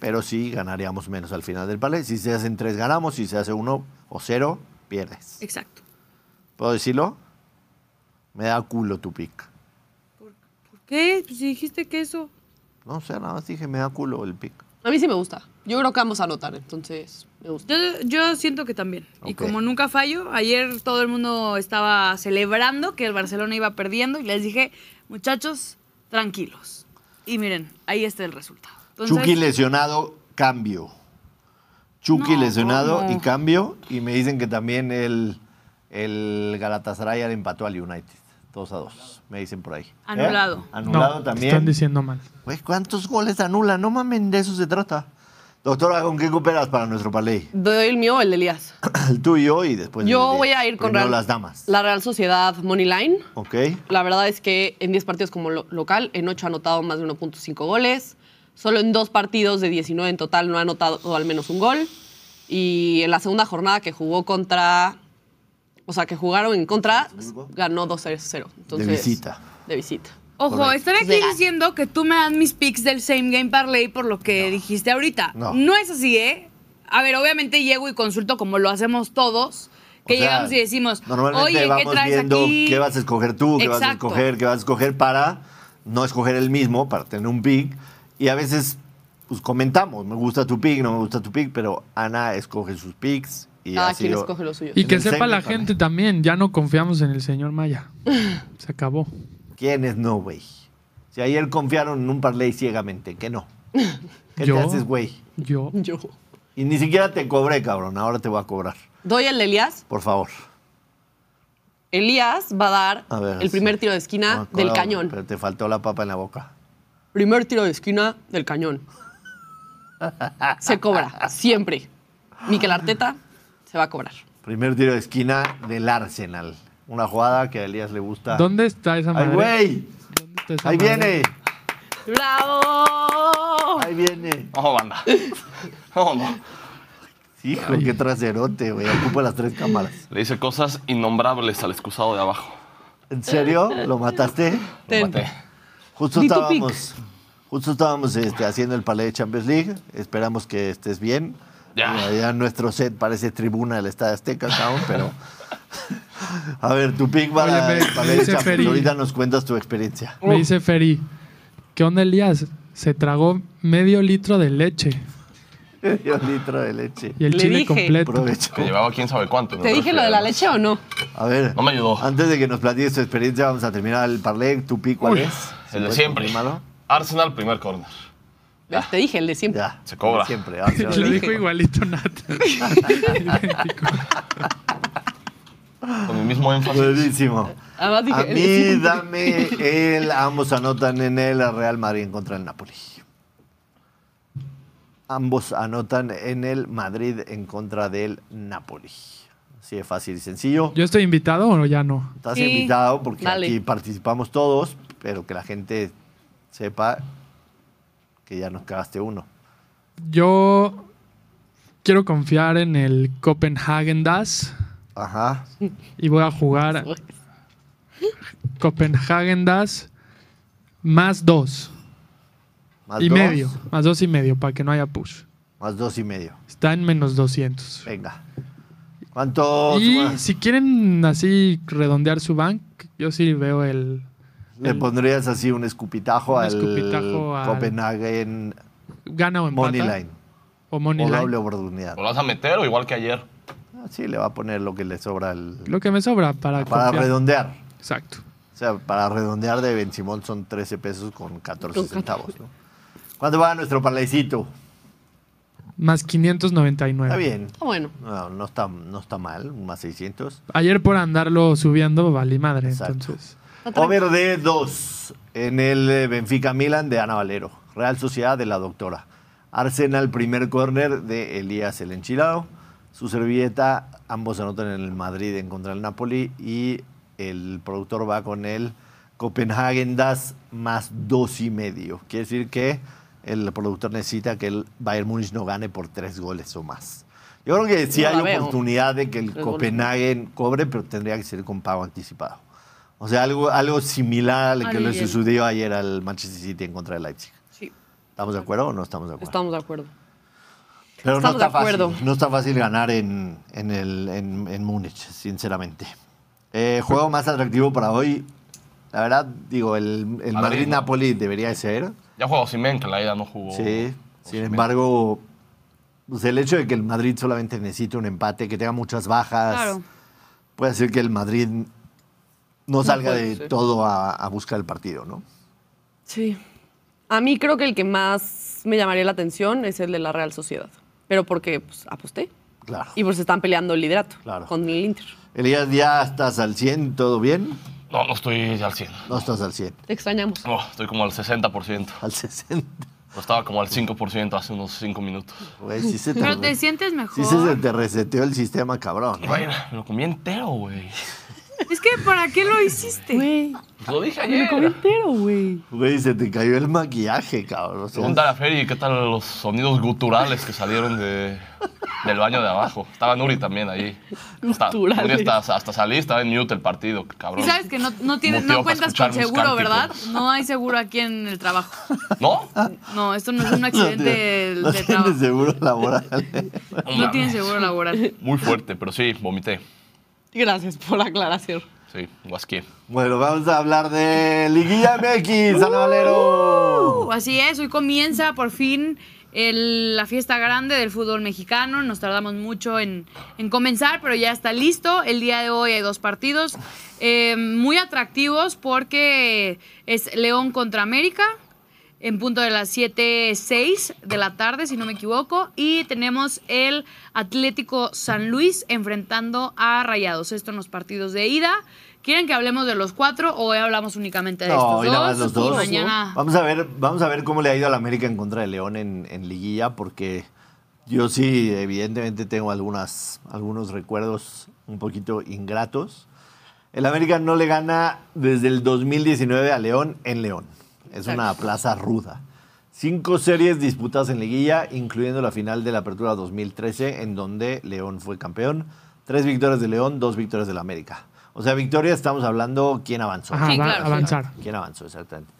[SPEAKER 1] pero sí ganaríamos menos al final del palé. Si se hacen tres, ganamos. Si se hace uno o cero, pierdes.
[SPEAKER 3] Exacto.
[SPEAKER 1] ¿Puedo decirlo? Me da culo tu pick.
[SPEAKER 3] ¿Por qué? Pues si dijiste que eso.
[SPEAKER 1] No sé, nada más dije, me da culo el pick.
[SPEAKER 9] A mí sí me gusta. Yo creo que ambos anotan, entonces me gusta.
[SPEAKER 3] Yo, yo siento que también. Y
[SPEAKER 1] Ok.
[SPEAKER 3] como nunca fallo, ayer todo el mundo estaba celebrando que el Barcelona iba perdiendo y les dije, muchachos, tranquilos. Y miren, ahí está el resultado. Entonces,
[SPEAKER 1] Chucky lesionado, cambio. Chucky
[SPEAKER 3] No,
[SPEAKER 1] lesionado
[SPEAKER 3] ¿cómo?
[SPEAKER 1] y cambio. Y me dicen que también el, el Galatasaray le empató al United. 2 a 2, me dicen por ahí. ¿Eh?
[SPEAKER 3] Anulado.
[SPEAKER 1] Anulado
[SPEAKER 6] No,
[SPEAKER 1] también.
[SPEAKER 6] Están diciendo mal.
[SPEAKER 1] Güey, ¿cuántos goles anula? No mamen, de eso se trata. Doctora, ¿con qué cooperas para nuestro palé?
[SPEAKER 4] Doy el mío, o el de Elías.
[SPEAKER 1] El tuyo y después. Pues el
[SPEAKER 4] Yo
[SPEAKER 1] de-
[SPEAKER 4] voy a ir con
[SPEAKER 1] primero
[SPEAKER 4] Real-
[SPEAKER 1] las damas.
[SPEAKER 4] la Real Sociedad Moneyline.
[SPEAKER 1] Ok.
[SPEAKER 4] La verdad es que en 10 partidos como lo- local, en 8 ha anotado más de 1.5 goles. Solo en dos partidos de 19 en total no ha anotado al menos un gol. Y en la segunda jornada que jugó contra. O sea, que jugaron en contra, ganó 2-0. Entonces,
[SPEAKER 1] visita.
[SPEAKER 4] De visita.
[SPEAKER 3] Ojo,
[SPEAKER 1] Correcto.
[SPEAKER 3] están aquí
[SPEAKER 4] Verás.
[SPEAKER 3] diciendo que tú me das mis picks del same game parlay por lo que dijiste ahorita.
[SPEAKER 1] No.
[SPEAKER 3] es así, ¿eh? A ver, obviamente llego y consulto como lo hacemos todos, que
[SPEAKER 1] O sea,
[SPEAKER 3] llegamos y decimos,
[SPEAKER 1] Normalmente
[SPEAKER 3] oye, ¿qué
[SPEAKER 1] vamos
[SPEAKER 3] traes
[SPEAKER 1] viendo
[SPEAKER 3] aquí?
[SPEAKER 1] qué vas a escoger tú, qué vas a
[SPEAKER 3] Exacto.
[SPEAKER 1] escoger, qué vas a escoger para no escoger el mismo, para tener un pick. Y a veces, pues comentamos, me gusta tu pick, no me gusta tu pick, pero Ana escoge sus picks. Y
[SPEAKER 3] Ah,
[SPEAKER 4] Cada
[SPEAKER 1] ha
[SPEAKER 4] quien
[SPEAKER 1] sido-
[SPEAKER 4] escoge los suyos.
[SPEAKER 6] Y que
[SPEAKER 1] el
[SPEAKER 6] sepa
[SPEAKER 1] same
[SPEAKER 6] la
[SPEAKER 1] también.
[SPEAKER 6] gente también, ya no confiamos en el señor Maya. Se acabó.
[SPEAKER 1] ¿Quién es no, güey? Si ayer confiaron en un parlay ciegamente, que no. ¿Qué
[SPEAKER 6] Yo.
[SPEAKER 1] te haces, güey?
[SPEAKER 6] Yo.
[SPEAKER 4] Yo.
[SPEAKER 1] Y ni siquiera te cobré, cabrón. Ahora te voy a cobrar.
[SPEAKER 4] Doy el de Elías.
[SPEAKER 1] Por favor.
[SPEAKER 4] Elías va a dar
[SPEAKER 1] A ver,
[SPEAKER 4] el primer
[SPEAKER 1] sí.
[SPEAKER 4] tiro de esquina
[SPEAKER 3] Ah,
[SPEAKER 1] No,
[SPEAKER 4] del
[SPEAKER 1] cobrado,
[SPEAKER 4] cañón.
[SPEAKER 1] Pero te faltó la papa en la boca.
[SPEAKER 4] Primer tiro de esquina del cañón. Se cobra, siempre. Miquel Arteta se va a cobrar.
[SPEAKER 1] Primer tiro de esquina del Arsenal. Una jugada que a Elías le gusta.
[SPEAKER 6] ¿Dónde está esa
[SPEAKER 1] ¡Ay,
[SPEAKER 6] madre?
[SPEAKER 1] Ah. güey!
[SPEAKER 6] ¿Dónde está esa
[SPEAKER 1] ¡Ahí
[SPEAKER 6] madre?
[SPEAKER 1] viene!
[SPEAKER 4] ¡Bravo!
[SPEAKER 1] ¡Ahí viene!
[SPEAKER 2] Ojo, banda. Ojo, no.
[SPEAKER 1] Hijo, qué traserote, güey. Ocupa las tres cámaras.
[SPEAKER 2] Le dice cosas innombrables al excusado de abajo.
[SPEAKER 1] ¿En serio? ¿Lo mataste?
[SPEAKER 2] Lo
[SPEAKER 4] Ten.
[SPEAKER 2] maté.
[SPEAKER 1] Justo
[SPEAKER 4] Di tu
[SPEAKER 1] estábamos, justo estábamos este, haciendo el palé de Champions League. Esperamos que estés bien.
[SPEAKER 2] Ya.
[SPEAKER 1] Mira, Ya nuestro set parece tribuna del Estadio Azteca, cabrón, pero. A ver, tu pick va
[SPEAKER 6] Oye,
[SPEAKER 1] a
[SPEAKER 6] me- me
[SPEAKER 1] palé de
[SPEAKER 6] dice
[SPEAKER 1] Champions.
[SPEAKER 6] Feri.
[SPEAKER 1] Ahorita nos cuentas tu experiencia.
[SPEAKER 6] Me dice Ferry, ¿qué onda Elías? Se tragó medio litro de leche
[SPEAKER 1] Y un litro de leche.
[SPEAKER 6] y el
[SPEAKER 4] Le
[SPEAKER 6] chile
[SPEAKER 4] dije.
[SPEAKER 6] completo.
[SPEAKER 1] Provecho.
[SPEAKER 2] Me llevaba quién sabe cuánto. en
[SPEAKER 4] ¿Te
[SPEAKER 2] el
[SPEAKER 4] dije
[SPEAKER 2] refri,
[SPEAKER 4] lo de la
[SPEAKER 2] además.
[SPEAKER 4] leche o no?
[SPEAKER 1] A ver.
[SPEAKER 2] No me ayudó.
[SPEAKER 1] Antes de que nos platiques tu experiencia, vamos a terminar el parlé. ¿Tu pick cuál
[SPEAKER 6] Uy,
[SPEAKER 1] es? Si
[SPEAKER 2] El de
[SPEAKER 1] puedes
[SPEAKER 2] siempre.
[SPEAKER 1] confirmarlo.
[SPEAKER 2] Arsenal, primer corner.
[SPEAKER 4] ¿Ves? Te dije el de siempre.
[SPEAKER 1] Ya.
[SPEAKER 2] Se cobra.
[SPEAKER 1] Siempre. ahora sí, ahora
[SPEAKER 6] Lo
[SPEAKER 1] sí.
[SPEAKER 6] dijo igualito Nat. Idéntico.
[SPEAKER 2] Con el mismo énfasis.
[SPEAKER 1] Buenísimo.
[SPEAKER 4] Además dije
[SPEAKER 1] A
[SPEAKER 4] el de
[SPEAKER 1] mí
[SPEAKER 4] siempre.
[SPEAKER 1] dame el, ambos anotan en el Real Madrid en contra del Napoli. Ambos anotan en el Madrid en contra del Napoli. Así de fácil y sencillo.
[SPEAKER 6] ¿Yo estoy invitado o ya no?
[SPEAKER 1] Estás
[SPEAKER 3] Sí,
[SPEAKER 1] invitado porque
[SPEAKER 4] dale.
[SPEAKER 1] aquí participamos todos, pero que la gente sepa que ya nos cagaste uno.
[SPEAKER 6] Yo quiero confiar en el Copenhagen Das
[SPEAKER 1] Ajá.
[SPEAKER 6] y voy a jugar Copenhagen Das más dos
[SPEAKER 1] Más
[SPEAKER 6] y
[SPEAKER 1] dos.
[SPEAKER 6] medio. Más dos y medio para que no haya push.
[SPEAKER 1] Más dos y medio.
[SPEAKER 6] Está en menos 200.
[SPEAKER 1] Venga. ¿Cuánto?
[SPEAKER 6] Y
[SPEAKER 1] Oh, suma?
[SPEAKER 6] si quieren así redondear su bank, yo sí veo el.
[SPEAKER 1] Le
[SPEAKER 6] el-
[SPEAKER 1] pondrías así un escupitajo,
[SPEAKER 6] Un
[SPEAKER 1] al
[SPEAKER 6] escupitajo al-
[SPEAKER 1] Copenhagen
[SPEAKER 6] Gana o empata.
[SPEAKER 1] Money Line.
[SPEAKER 6] O money
[SPEAKER 1] O
[SPEAKER 6] line.
[SPEAKER 1] doble oportunidad.
[SPEAKER 2] ¿Lo vas a meter o igual que ayer?
[SPEAKER 1] Ah, Sí, le va a poner lo que le sobra al-
[SPEAKER 6] Lo que me sobra para,
[SPEAKER 1] para
[SPEAKER 6] confiar.
[SPEAKER 1] redondear.
[SPEAKER 6] Exacto.
[SPEAKER 1] O sea, para redondear de Ben Simón son 13 pesos con 14
[SPEAKER 4] Con
[SPEAKER 1] centavos. ¿no? ¿Cuánto va nuestro parlaycito?
[SPEAKER 6] Más 599.
[SPEAKER 1] Está bien.
[SPEAKER 4] Está Ah, bueno.
[SPEAKER 1] No, no, está, no está mal, un más 600.
[SPEAKER 6] Ayer por andarlo subiendo, valí madre.
[SPEAKER 1] Exacto.
[SPEAKER 6] Entonces.
[SPEAKER 1] Over de 2 en el eh, Benfica Milan de Ana Valero. Real Sociedad de la Doctora. Arsenal, primer corner de Elías el Enchilado. Su servilleta, ambos anotan en el Madrid en contra del Napoli. Y el productor va con el Copenhagen Das más dos y medio. Quiere decir que el productor necesita que el Bayern Múnich no gane por tres goles o más. Yo creo que sí
[SPEAKER 4] No la
[SPEAKER 1] hay
[SPEAKER 4] veo.
[SPEAKER 1] oportunidad de que el
[SPEAKER 4] Tres goles.
[SPEAKER 1] Copenhagen cobre, pero tendría que ser con pago anticipado. O sea, algo, algo similar al que
[SPEAKER 3] Al
[SPEAKER 1] le
[SPEAKER 3] Lille.
[SPEAKER 1] sucedió ayer al Manchester City en contra de Leipzig.
[SPEAKER 3] Sí.
[SPEAKER 1] ¿Estamos de acuerdo o no estamos de acuerdo?
[SPEAKER 4] Estamos de acuerdo.
[SPEAKER 1] Pero
[SPEAKER 4] estamos
[SPEAKER 1] no está
[SPEAKER 4] de acuerdo.
[SPEAKER 1] Fácil, no está fácil ganar en, en, el, en, en Múnich, sinceramente. Eh, juego más atractivo para hoy. La verdad, digo, el, el
[SPEAKER 2] Madrid,
[SPEAKER 1] Madrid-Napoli debería de ser.
[SPEAKER 2] Ya jugó Simen, que en la ida no jugó.
[SPEAKER 1] Sí. Sin
[SPEAKER 2] Osimhen.
[SPEAKER 1] embargo, pues, el hecho de que el Madrid solamente necesite un empate, que tenga muchas bajas,
[SPEAKER 3] Claro.
[SPEAKER 1] puede hacer que el Madrid no salga
[SPEAKER 4] puede
[SPEAKER 1] de
[SPEAKER 4] ser.
[SPEAKER 1] todo a, a buscar el partido, ¿no?
[SPEAKER 4] Sí. A mí creo que el que más me llamaría la atención es el de la Real Sociedad. Pero porque pues, aposté.
[SPEAKER 1] Claro.
[SPEAKER 4] Y pues están peleando el liderato
[SPEAKER 1] Claro.
[SPEAKER 4] con el Inter.
[SPEAKER 1] Elías, ¿ya estás al 100? ¿Todo bien?
[SPEAKER 2] No, no estoy al 100.
[SPEAKER 1] No estás al 100,
[SPEAKER 4] Te extrañamos.
[SPEAKER 2] No, estoy como al 60%.
[SPEAKER 1] al 60.
[SPEAKER 2] No estaba como al 5% hace unos 5 minutos.
[SPEAKER 1] Güey, sí se te,
[SPEAKER 3] Pero te sientes mejor.
[SPEAKER 1] sí se te reseteó el sistema, cabrón.
[SPEAKER 2] Bueno, me lo comí entero, güey.
[SPEAKER 3] Es que ¿para qué lo hiciste?
[SPEAKER 2] Pues lo dije ayer.
[SPEAKER 1] Güey, se te cayó el maquillaje, cabrón. O sea,
[SPEAKER 2] Pregunta a la Ferry qué tal los sonidos guturales que salieron de, del baño de abajo. Estaba Nuri también ahí. Está-
[SPEAKER 9] Guturales.
[SPEAKER 2] Nuri hasta, hasta salí, estaba en mute el partido, cabrón.
[SPEAKER 3] Y sabes que no, no, tienes,
[SPEAKER 2] Muteo
[SPEAKER 3] no
[SPEAKER 2] para
[SPEAKER 3] cuentas
[SPEAKER 2] escuchar pues.
[SPEAKER 3] con
[SPEAKER 2] mis
[SPEAKER 3] seguro,
[SPEAKER 2] cánticos.
[SPEAKER 3] ¿verdad? No hay seguro aquí en el trabajo.
[SPEAKER 2] ¿No?
[SPEAKER 3] Ah. No, esto no es un
[SPEAKER 1] no
[SPEAKER 3] accidente
[SPEAKER 1] tiene-
[SPEAKER 3] de,
[SPEAKER 1] no
[SPEAKER 3] de
[SPEAKER 1] tiene
[SPEAKER 3] trabajo.
[SPEAKER 1] seguro laboral.
[SPEAKER 3] No tienes seguro laboral.
[SPEAKER 2] Muy fuerte, pero sí, vomité.
[SPEAKER 4] Gracias por la aclaración.
[SPEAKER 2] Sí, guasqué.
[SPEAKER 1] Bueno, vamos a hablar de Liguilla MX, Ana Valero.
[SPEAKER 3] Uh, así es, hoy comienza por fin el- la fiesta grande del fútbol mexicano. Nos tardamos mucho en, en comenzar, pero ya está listo. El día de hoy hay dos partidos eh, muy atractivos porque es León contra América. En punto de las 7.06 de la tarde, si no me equivoco. Y tenemos el Atlético San Luis enfrentando a Rayados. Esto en los partidos de ida. ¿Quieren que hablemos de los cuatro o hoy hablamos únicamente de
[SPEAKER 1] No,
[SPEAKER 3] estos
[SPEAKER 1] hoy
[SPEAKER 3] dos?
[SPEAKER 1] nada más los dos.
[SPEAKER 3] Y mañana
[SPEAKER 1] Vamos a ver, vamos a ver cómo le ha ido a la América en contra de León en, en Liguilla, porque yo sí, evidentemente, tengo algunas, algunos recuerdos un poquito ingratos. El América no le gana desde el 2019 a León en León. Es una plaza ruda. Cinco series disputadas en liguilla, incluyendo la final de la Apertura 2013, en donde León fue campeón. Tres victorias de León, dos victorias del América. O sea, victoria estamos hablando quién avanzó.
[SPEAKER 6] Ajá,
[SPEAKER 3] Sí,
[SPEAKER 6] va-
[SPEAKER 3] claro, sí.
[SPEAKER 6] avanzar.
[SPEAKER 1] ¿Quién avanzó exactamente?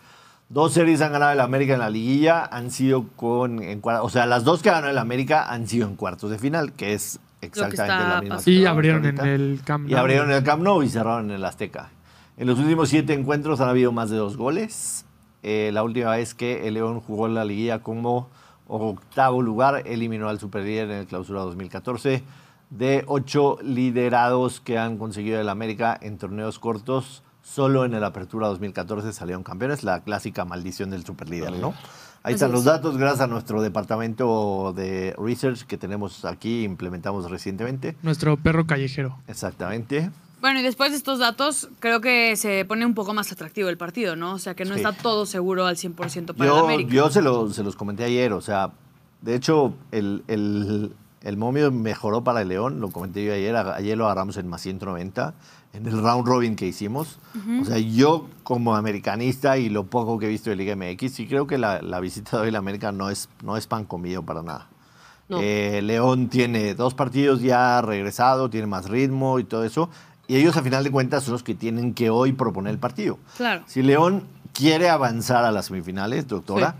[SPEAKER 1] Dos series han ganado el América en la liguilla, han sido con en cuar- o sea, las dos que ganó el América han sido en cuartos de final, que es exactamente
[SPEAKER 3] está
[SPEAKER 1] la misma.
[SPEAKER 3] pasando.
[SPEAKER 1] que
[SPEAKER 6] Y
[SPEAKER 1] tenemos
[SPEAKER 6] abrieron en
[SPEAKER 1] ahorita.
[SPEAKER 6] el Camp
[SPEAKER 1] Y
[SPEAKER 6] Nou.
[SPEAKER 1] abrieron el Camp Nou y cerraron en el Azteca. En los últimos siete encuentros han habido más de dos goles. Eh, la última vez que el León jugó la liguilla como octavo lugar, eliminó al Superlíder en el clausura 2014. De ocho liderados que han conseguido el América en torneos cortos, solo en el Apertura 2014 salieron campeones, la clásica maldición del Superlíder, ¿no? Ahí están los datos, gracias a nuestro departamento de research que tenemos aquí, implementamos recientemente.
[SPEAKER 6] Nuestro perro callejero.
[SPEAKER 1] Exactamente.
[SPEAKER 3] Bueno, y después de estos datos, creo que se pone un poco más atractivo el partido, ¿no? O sea, que no
[SPEAKER 1] Sí.
[SPEAKER 3] está todo seguro al 100% para el
[SPEAKER 1] Yo,
[SPEAKER 3] América.
[SPEAKER 1] yo se, lo- se los comenté ayer, o sea, de hecho, el, el, el momio mejoró para el León, lo comenté yo ayer, a- ayer lo agarramos en más 190, en el round robin que hicimos. O sea, yo como americanista y lo poco que he visto de Liga MX, sí creo que la, la visita de hoy a la América no es, no es pan comido para nada. Eh, León tiene dos partidos ya regresado, tiene más ritmo y todo eso. Y ellos, a final de cuentas, son los que tienen que hoy proponer el partido.
[SPEAKER 3] Claro.
[SPEAKER 1] Si León quiere avanzar a las semifinales, doctora,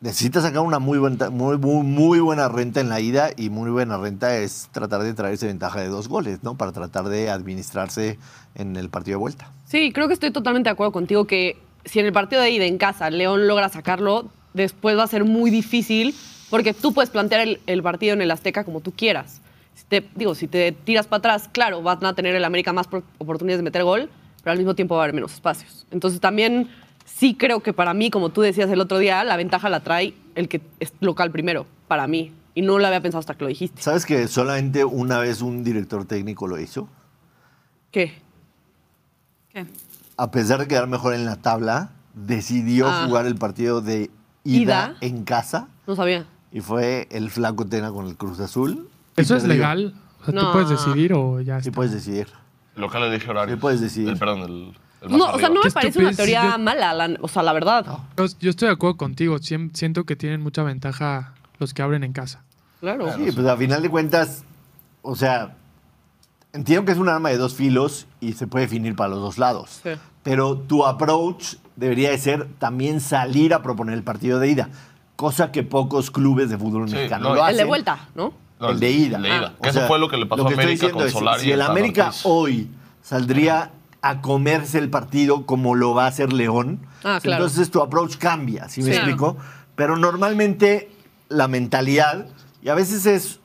[SPEAKER 1] necesita sacar una muy buena, muy, muy, muy buena renta en la ida y muy buena renta es tratar de traerse ventaja de dos goles, ¿no? Para tratar de administrarse en el partido de vuelta.
[SPEAKER 4] Sí, creo que estoy totalmente de acuerdo contigo que si en el partido de ida en casa León logra sacarlo, después va a ser muy difícil porque tú puedes plantear el, el partido en el Azteca como tú quieras. Si te, digo, si te tiras para atrás, claro, van a tener el América más pro- oportunidades de meter gol, pero al mismo tiempo va a haber menos espacios. Entonces también sí creo que para mí, como tú decías el otro día, la ventaja la trae el que es local primero, para mí. Y no lo había pensado hasta que lo dijiste.
[SPEAKER 1] ¿Sabes que solamente una vez un director técnico lo hizo?
[SPEAKER 4] ¿Qué?
[SPEAKER 3] ¿Qué?
[SPEAKER 1] A pesar de quedar mejor en la tabla, decidió
[SPEAKER 4] Ah.
[SPEAKER 1] jugar el partido de ida,
[SPEAKER 4] Ida.
[SPEAKER 1] en casa
[SPEAKER 4] No sabía.
[SPEAKER 1] y fue el flaco Tena con el Cruz Azul. y
[SPEAKER 6] ¿Eso es
[SPEAKER 1] perdió.
[SPEAKER 6] legal? O sea, ¿Tú
[SPEAKER 4] No.
[SPEAKER 6] puedes decidir o ya
[SPEAKER 1] Sí
[SPEAKER 6] está?
[SPEAKER 1] puedes decidir.
[SPEAKER 2] El local le dije horario.
[SPEAKER 1] Sí, puedes decidir.
[SPEAKER 2] El, perdón, el, el más
[SPEAKER 4] No, o sea,
[SPEAKER 2] arriba.
[SPEAKER 4] no me
[SPEAKER 6] Qué
[SPEAKER 4] parece una
[SPEAKER 6] estupidez,
[SPEAKER 4] teoría
[SPEAKER 6] yo-
[SPEAKER 4] mala, la- o sea, la verdad.
[SPEAKER 6] Yo, yo estoy de acuerdo contigo. siem- Siento que tienen mucha ventaja los que abren en casa.
[SPEAKER 4] Claro.
[SPEAKER 1] Sí, pues a final de cuentas, o sea, entiendo que es un arma de dos filos y se puede definir para los dos lados.
[SPEAKER 4] Sí.
[SPEAKER 1] Pero tu approach debería de ser también salir a proponer el partido de ida, cosa que pocos clubes de fútbol
[SPEAKER 2] Sí,
[SPEAKER 1] mexicano
[SPEAKER 2] no,
[SPEAKER 1] lo hacen.
[SPEAKER 4] El de vuelta, ¿no?
[SPEAKER 2] No,
[SPEAKER 1] el de ida. Ah.
[SPEAKER 2] el de ida.
[SPEAKER 1] O
[SPEAKER 2] Que eso
[SPEAKER 1] sea,
[SPEAKER 2] fue lo que le pasó
[SPEAKER 1] lo
[SPEAKER 2] a
[SPEAKER 1] estoy
[SPEAKER 2] América
[SPEAKER 1] diciendo
[SPEAKER 2] con
[SPEAKER 1] es,
[SPEAKER 2] Solari.
[SPEAKER 1] Si
[SPEAKER 2] y
[SPEAKER 1] el
[SPEAKER 2] Tan
[SPEAKER 1] América
[SPEAKER 2] Ortiz.
[SPEAKER 1] hoy saldría a comerse el partido como lo va a hacer León,
[SPEAKER 4] Ah, claro.
[SPEAKER 1] entonces tu approach cambia, si me
[SPEAKER 3] Sí.
[SPEAKER 1] explico? Pero normalmente la mentalidad, y a veces es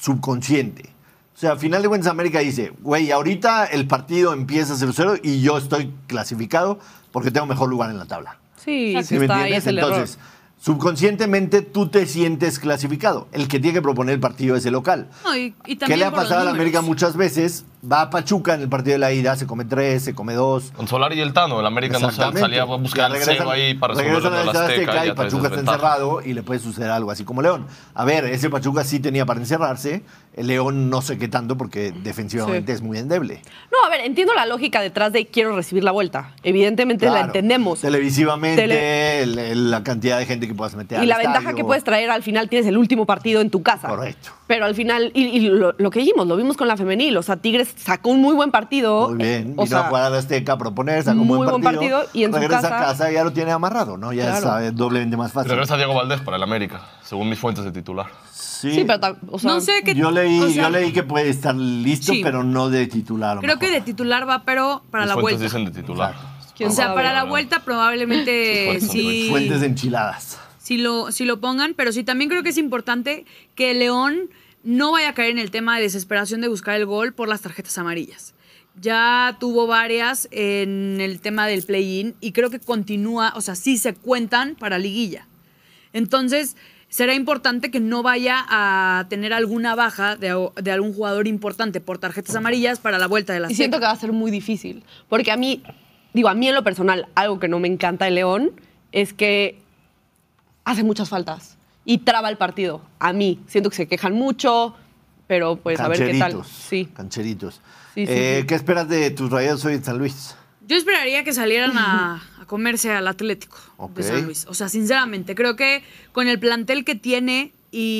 [SPEAKER 1] subconsciente. O sea, al final de cuentas América dice, güey, ahorita el partido empieza 0-0 y yo estoy clasificado porque tengo mejor lugar en la tabla.
[SPEAKER 4] Sí,
[SPEAKER 1] ¿Sí me
[SPEAKER 4] está ahí
[SPEAKER 1] entiendes?
[SPEAKER 4] es el
[SPEAKER 1] Entonces, subconscientemente tú te sientes clasificado. El que tiene que proponer el partido es el local.
[SPEAKER 3] No, y,
[SPEAKER 1] ¿Qué
[SPEAKER 3] y también
[SPEAKER 1] le ha
[SPEAKER 3] por los
[SPEAKER 1] pasado a la
[SPEAKER 3] números.
[SPEAKER 1] América muchas veces? va a Pachuca en el partido de la ida, se come tres, se come dos.
[SPEAKER 2] Con Solari y el Tano, el América no sal-
[SPEAKER 1] Exactamente.
[SPEAKER 2] salía a buscar
[SPEAKER 1] Ya
[SPEAKER 2] el
[SPEAKER 1] regresan-
[SPEAKER 2] cero ahí para resolverlo
[SPEAKER 1] regresan
[SPEAKER 2] en
[SPEAKER 1] a
[SPEAKER 2] el
[SPEAKER 1] la Azteca
[SPEAKER 2] Azteca.
[SPEAKER 1] y
[SPEAKER 2] ya traes
[SPEAKER 1] Pachuca está
[SPEAKER 2] desventaja.
[SPEAKER 1] encerrado y le puede suceder algo así como León. A ver, ese Pachuca sí tenía para encerrarse, el León no sé qué tanto porque defensivamente es muy endeble.
[SPEAKER 4] No, a ver, entiendo la lógica detrás de quiero recibir la vuelta. Evidentemente la
[SPEAKER 1] Claro.
[SPEAKER 4] entendemos.
[SPEAKER 1] Televisivamente,
[SPEAKER 4] Tele-
[SPEAKER 1] el- el- la cantidad de gente que puedas meter.
[SPEAKER 4] Y
[SPEAKER 1] al
[SPEAKER 4] la ventaja
[SPEAKER 1] estadio.
[SPEAKER 4] que puedes traer al final tienes el último partido en tu casa.
[SPEAKER 1] Correcto.
[SPEAKER 4] Pero al final, y, y lo, lo que dijimos, lo vimos con la femenil. O sea, Tigres sacó un muy buen partido.
[SPEAKER 1] Muy bien,
[SPEAKER 4] O
[SPEAKER 1] vino
[SPEAKER 4] sea,
[SPEAKER 1] a jugar a la Azteca este a proponer, sacó un
[SPEAKER 4] muy
[SPEAKER 1] buen partido,
[SPEAKER 4] buen partido, y en su
[SPEAKER 1] regresa
[SPEAKER 4] casa-
[SPEAKER 1] a casa y ya lo tiene amarrado, ¿no? Ya
[SPEAKER 4] Claro.
[SPEAKER 1] es eh, doblemente más
[SPEAKER 2] Y
[SPEAKER 1] fácil.
[SPEAKER 2] Regresa Diego Valdés para el América, según mis fuentes de titular.
[SPEAKER 1] Sí,
[SPEAKER 4] sí, pero tam- o sea,
[SPEAKER 3] no sé qué.
[SPEAKER 1] yo, leí,
[SPEAKER 3] o sea,
[SPEAKER 1] yo leí que puede estar listo,
[SPEAKER 3] Sí.
[SPEAKER 1] pero no de titular. a lo
[SPEAKER 3] Creo que
[SPEAKER 1] mejor.
[SPEAKER 3] de titular va, pero para
[SPEAKER 2] mis
[SPEAKER 3] la
[SPEAKER 2] fuentes
[SPEAKER 3] vuelta.
[SPEAKER 2] dicen de titular.
[SPEAKER 4] ¿Quién
[SPEAKER 3] o sea,
[SPEAKER 4] sabe?
[SPEAKER 3] para la
[SPEAKER 2] Bueno.
[SPEAKER 3] vuelta probablemente
[SPEAKER 2] Fuentes,
[SPEAKER 3] sí,
[SPEAKER 1] Fuentes de enchiladas.
[SPEAKER 3] sí lo, sí lo pongan, pero sí también creo que es importante que León no vaya a caer en el tema de desesperación de buscar el gol por las tarjetas amarillas. Ya tuvo varias en el tema del play-in y creo que continúa, o sea, sí se cuentan para liguilla. Entonces, será importante que no vaya a tener alguna baja de, de algún jugador importante por tarjetas amarillas para la vuelta de la
[SPEAKER 4] Y siento que va a ser muy difícil. Porque a mí, digo, a mí en lo personal, algo que no me encanta de León es que hace muchas faltas y traba el partido. A mí, siento que se quejan mucho, pero pues a ver qué tal.
[SPEAKER 1] Cancheritos.
[SPEAKER 4] Sí.
[SPEAKER 1] Cancheritos.
[SPEAKER 4] Sí, sí,
[SPEAKER 1] Eh,
[SPEAKER 4] sí.
[SPEAKER 1] ¿Qué esperas de tus rayados hoy en San Luis?
[SPEAKER 3] Yo esperaría que salieran a, a comerse al Atlético
[SPEAKER 1] Ok.
[SPEAKER 3] de San Luis. O sea, sinceramente, creo que con el plantel que tiene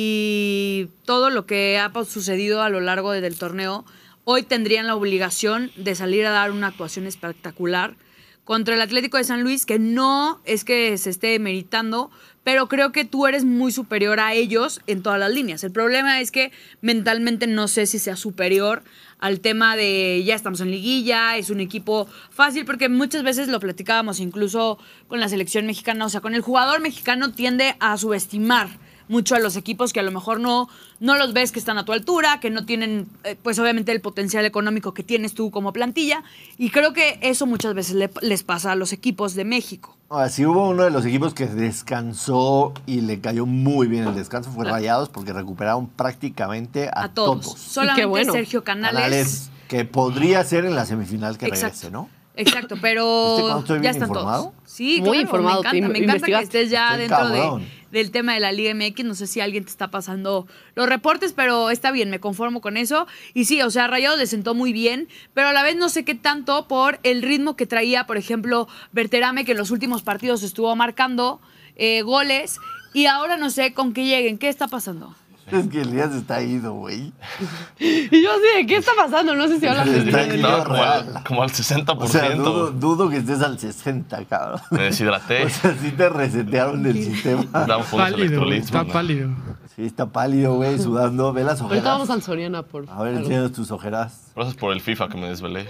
[SPEAKER 3] y todo lo que ha pa- sucedido a lo largo de- del torneo, hoy tendrían la obligación de salir a dar una actuación espectacular contra el Atlético de San Luis, que no es que se esté meritando, pero creo que tú eres muy superior a ellos en todas las líneas. El problema es que mentalmente no sé si sea superior al tema de ya estamos en liguilla, es un equipo fácil, porque muchas veces lo platicábamos incluso con la selección mexicana, o sea, con el jugador mexicano tiende a subestimar mucho a los equipos que a lo mejor no, no los ves que están a tu altura, que no tienen, eh, pues obviamente el potencial económico que tienes tú como plantilla, y creo que eso muchas veces le- les pasa a los equipos de México.
[SPEAKER 1] Ahora, si hubo uno de los equipos que descansó y le cayó muy bien el descanso, fue Rayados, porque recuperaron prácticamente a,
[SPEAKER 3] A, todos. Solamente
[SPEAKER 4] qué bueno.
[SPEAKER 3] Sergio Canales.
[SPEAKER 1] Canales, que podría ser en la semifinal que regrese,
[SPEAKER 3] Exacto.
[SPEAKER 1] ¿no?
[SPEAKER 3] Exacto,
[SPEAKER 1] ¿Viste
[SPEAKER 3] pero
[SPEAKER 1] cuando estoy
[SPEAKER 3] ya
[SPEAKER 1] bien
[SPEAKER 3] están
[SPEAKER 1] informado?
[SPEAKER 3] todos. Sí,
[SPEAKER 4] Muy
[SPEAKER 3] claro,
[SPEAKER 4] informado,
[SPEAKER 3] Me
[SPEAKER 4] te
[SPEAKER 3] encanta, me encanta que
[SPEAKER 4] investigaste.
[SPEAKER 3] estés ya
[SPEAKER 1] Estoy
[SPEAKER 3] dentro de-
[SPEAKER 1] cabrón.
[SPEAKER 3] del tema de la Liga MX. No sé si alguien te está pasando los reportes, pero está bien, me conformo con eso. Y sí, o sea, Rayados le sentó muy bien, pero a la vez no sé qué tanto por el ritmo que traía, por ejemplo, Berterame, que en los últimos partidos estuvo marcando eh, goles. Y ahora no sé con qué lleguen. ¿Qué está pasando?
[SPEAKER 1] Es que Elías está ido, güey.
[SPEAKER 4] Y yo así, de, ¿qué está pasando? No sé si hablan de
[SPEAKER 1] Está
[SPEAKER 4] León.
[SPEAKER 1] en-
[SPEAKER 2] Estaba como
[SPEAKER 1] real.
[SPEAKER 2] al, como al 60%.
[SPEAKER 1] O sea, dudo, dudo que estés al 60, cabrón.
[SPEAKER 2] Me deshidraté.
[SPEAKER 1] O sea, sí te resetearon del sistema.
[SPEAKER 2] Damos unos
[SPEAKER 6] Pálido,
[SPEAKER 2] electrolitos,
[SPEAKER 6] está
[SPEAKER 2] ¿no?
[SPEAKER 6] pálido.
[SPEAKER 1] Sí, está pálido, güey, sudando. Ve las
[SPEAKER 9] Ahorita vamos
[SPEAKER 1] ojeras.
[SPEAKER 9] al Soriana por.
[SPEAKER 1] A ver,
[SPEAKER 9] algo.
[SPEAKER 1] enséñanos tus ojeras.
[SPEAKER 2] Pero eso es por el FIFA que me desvelé.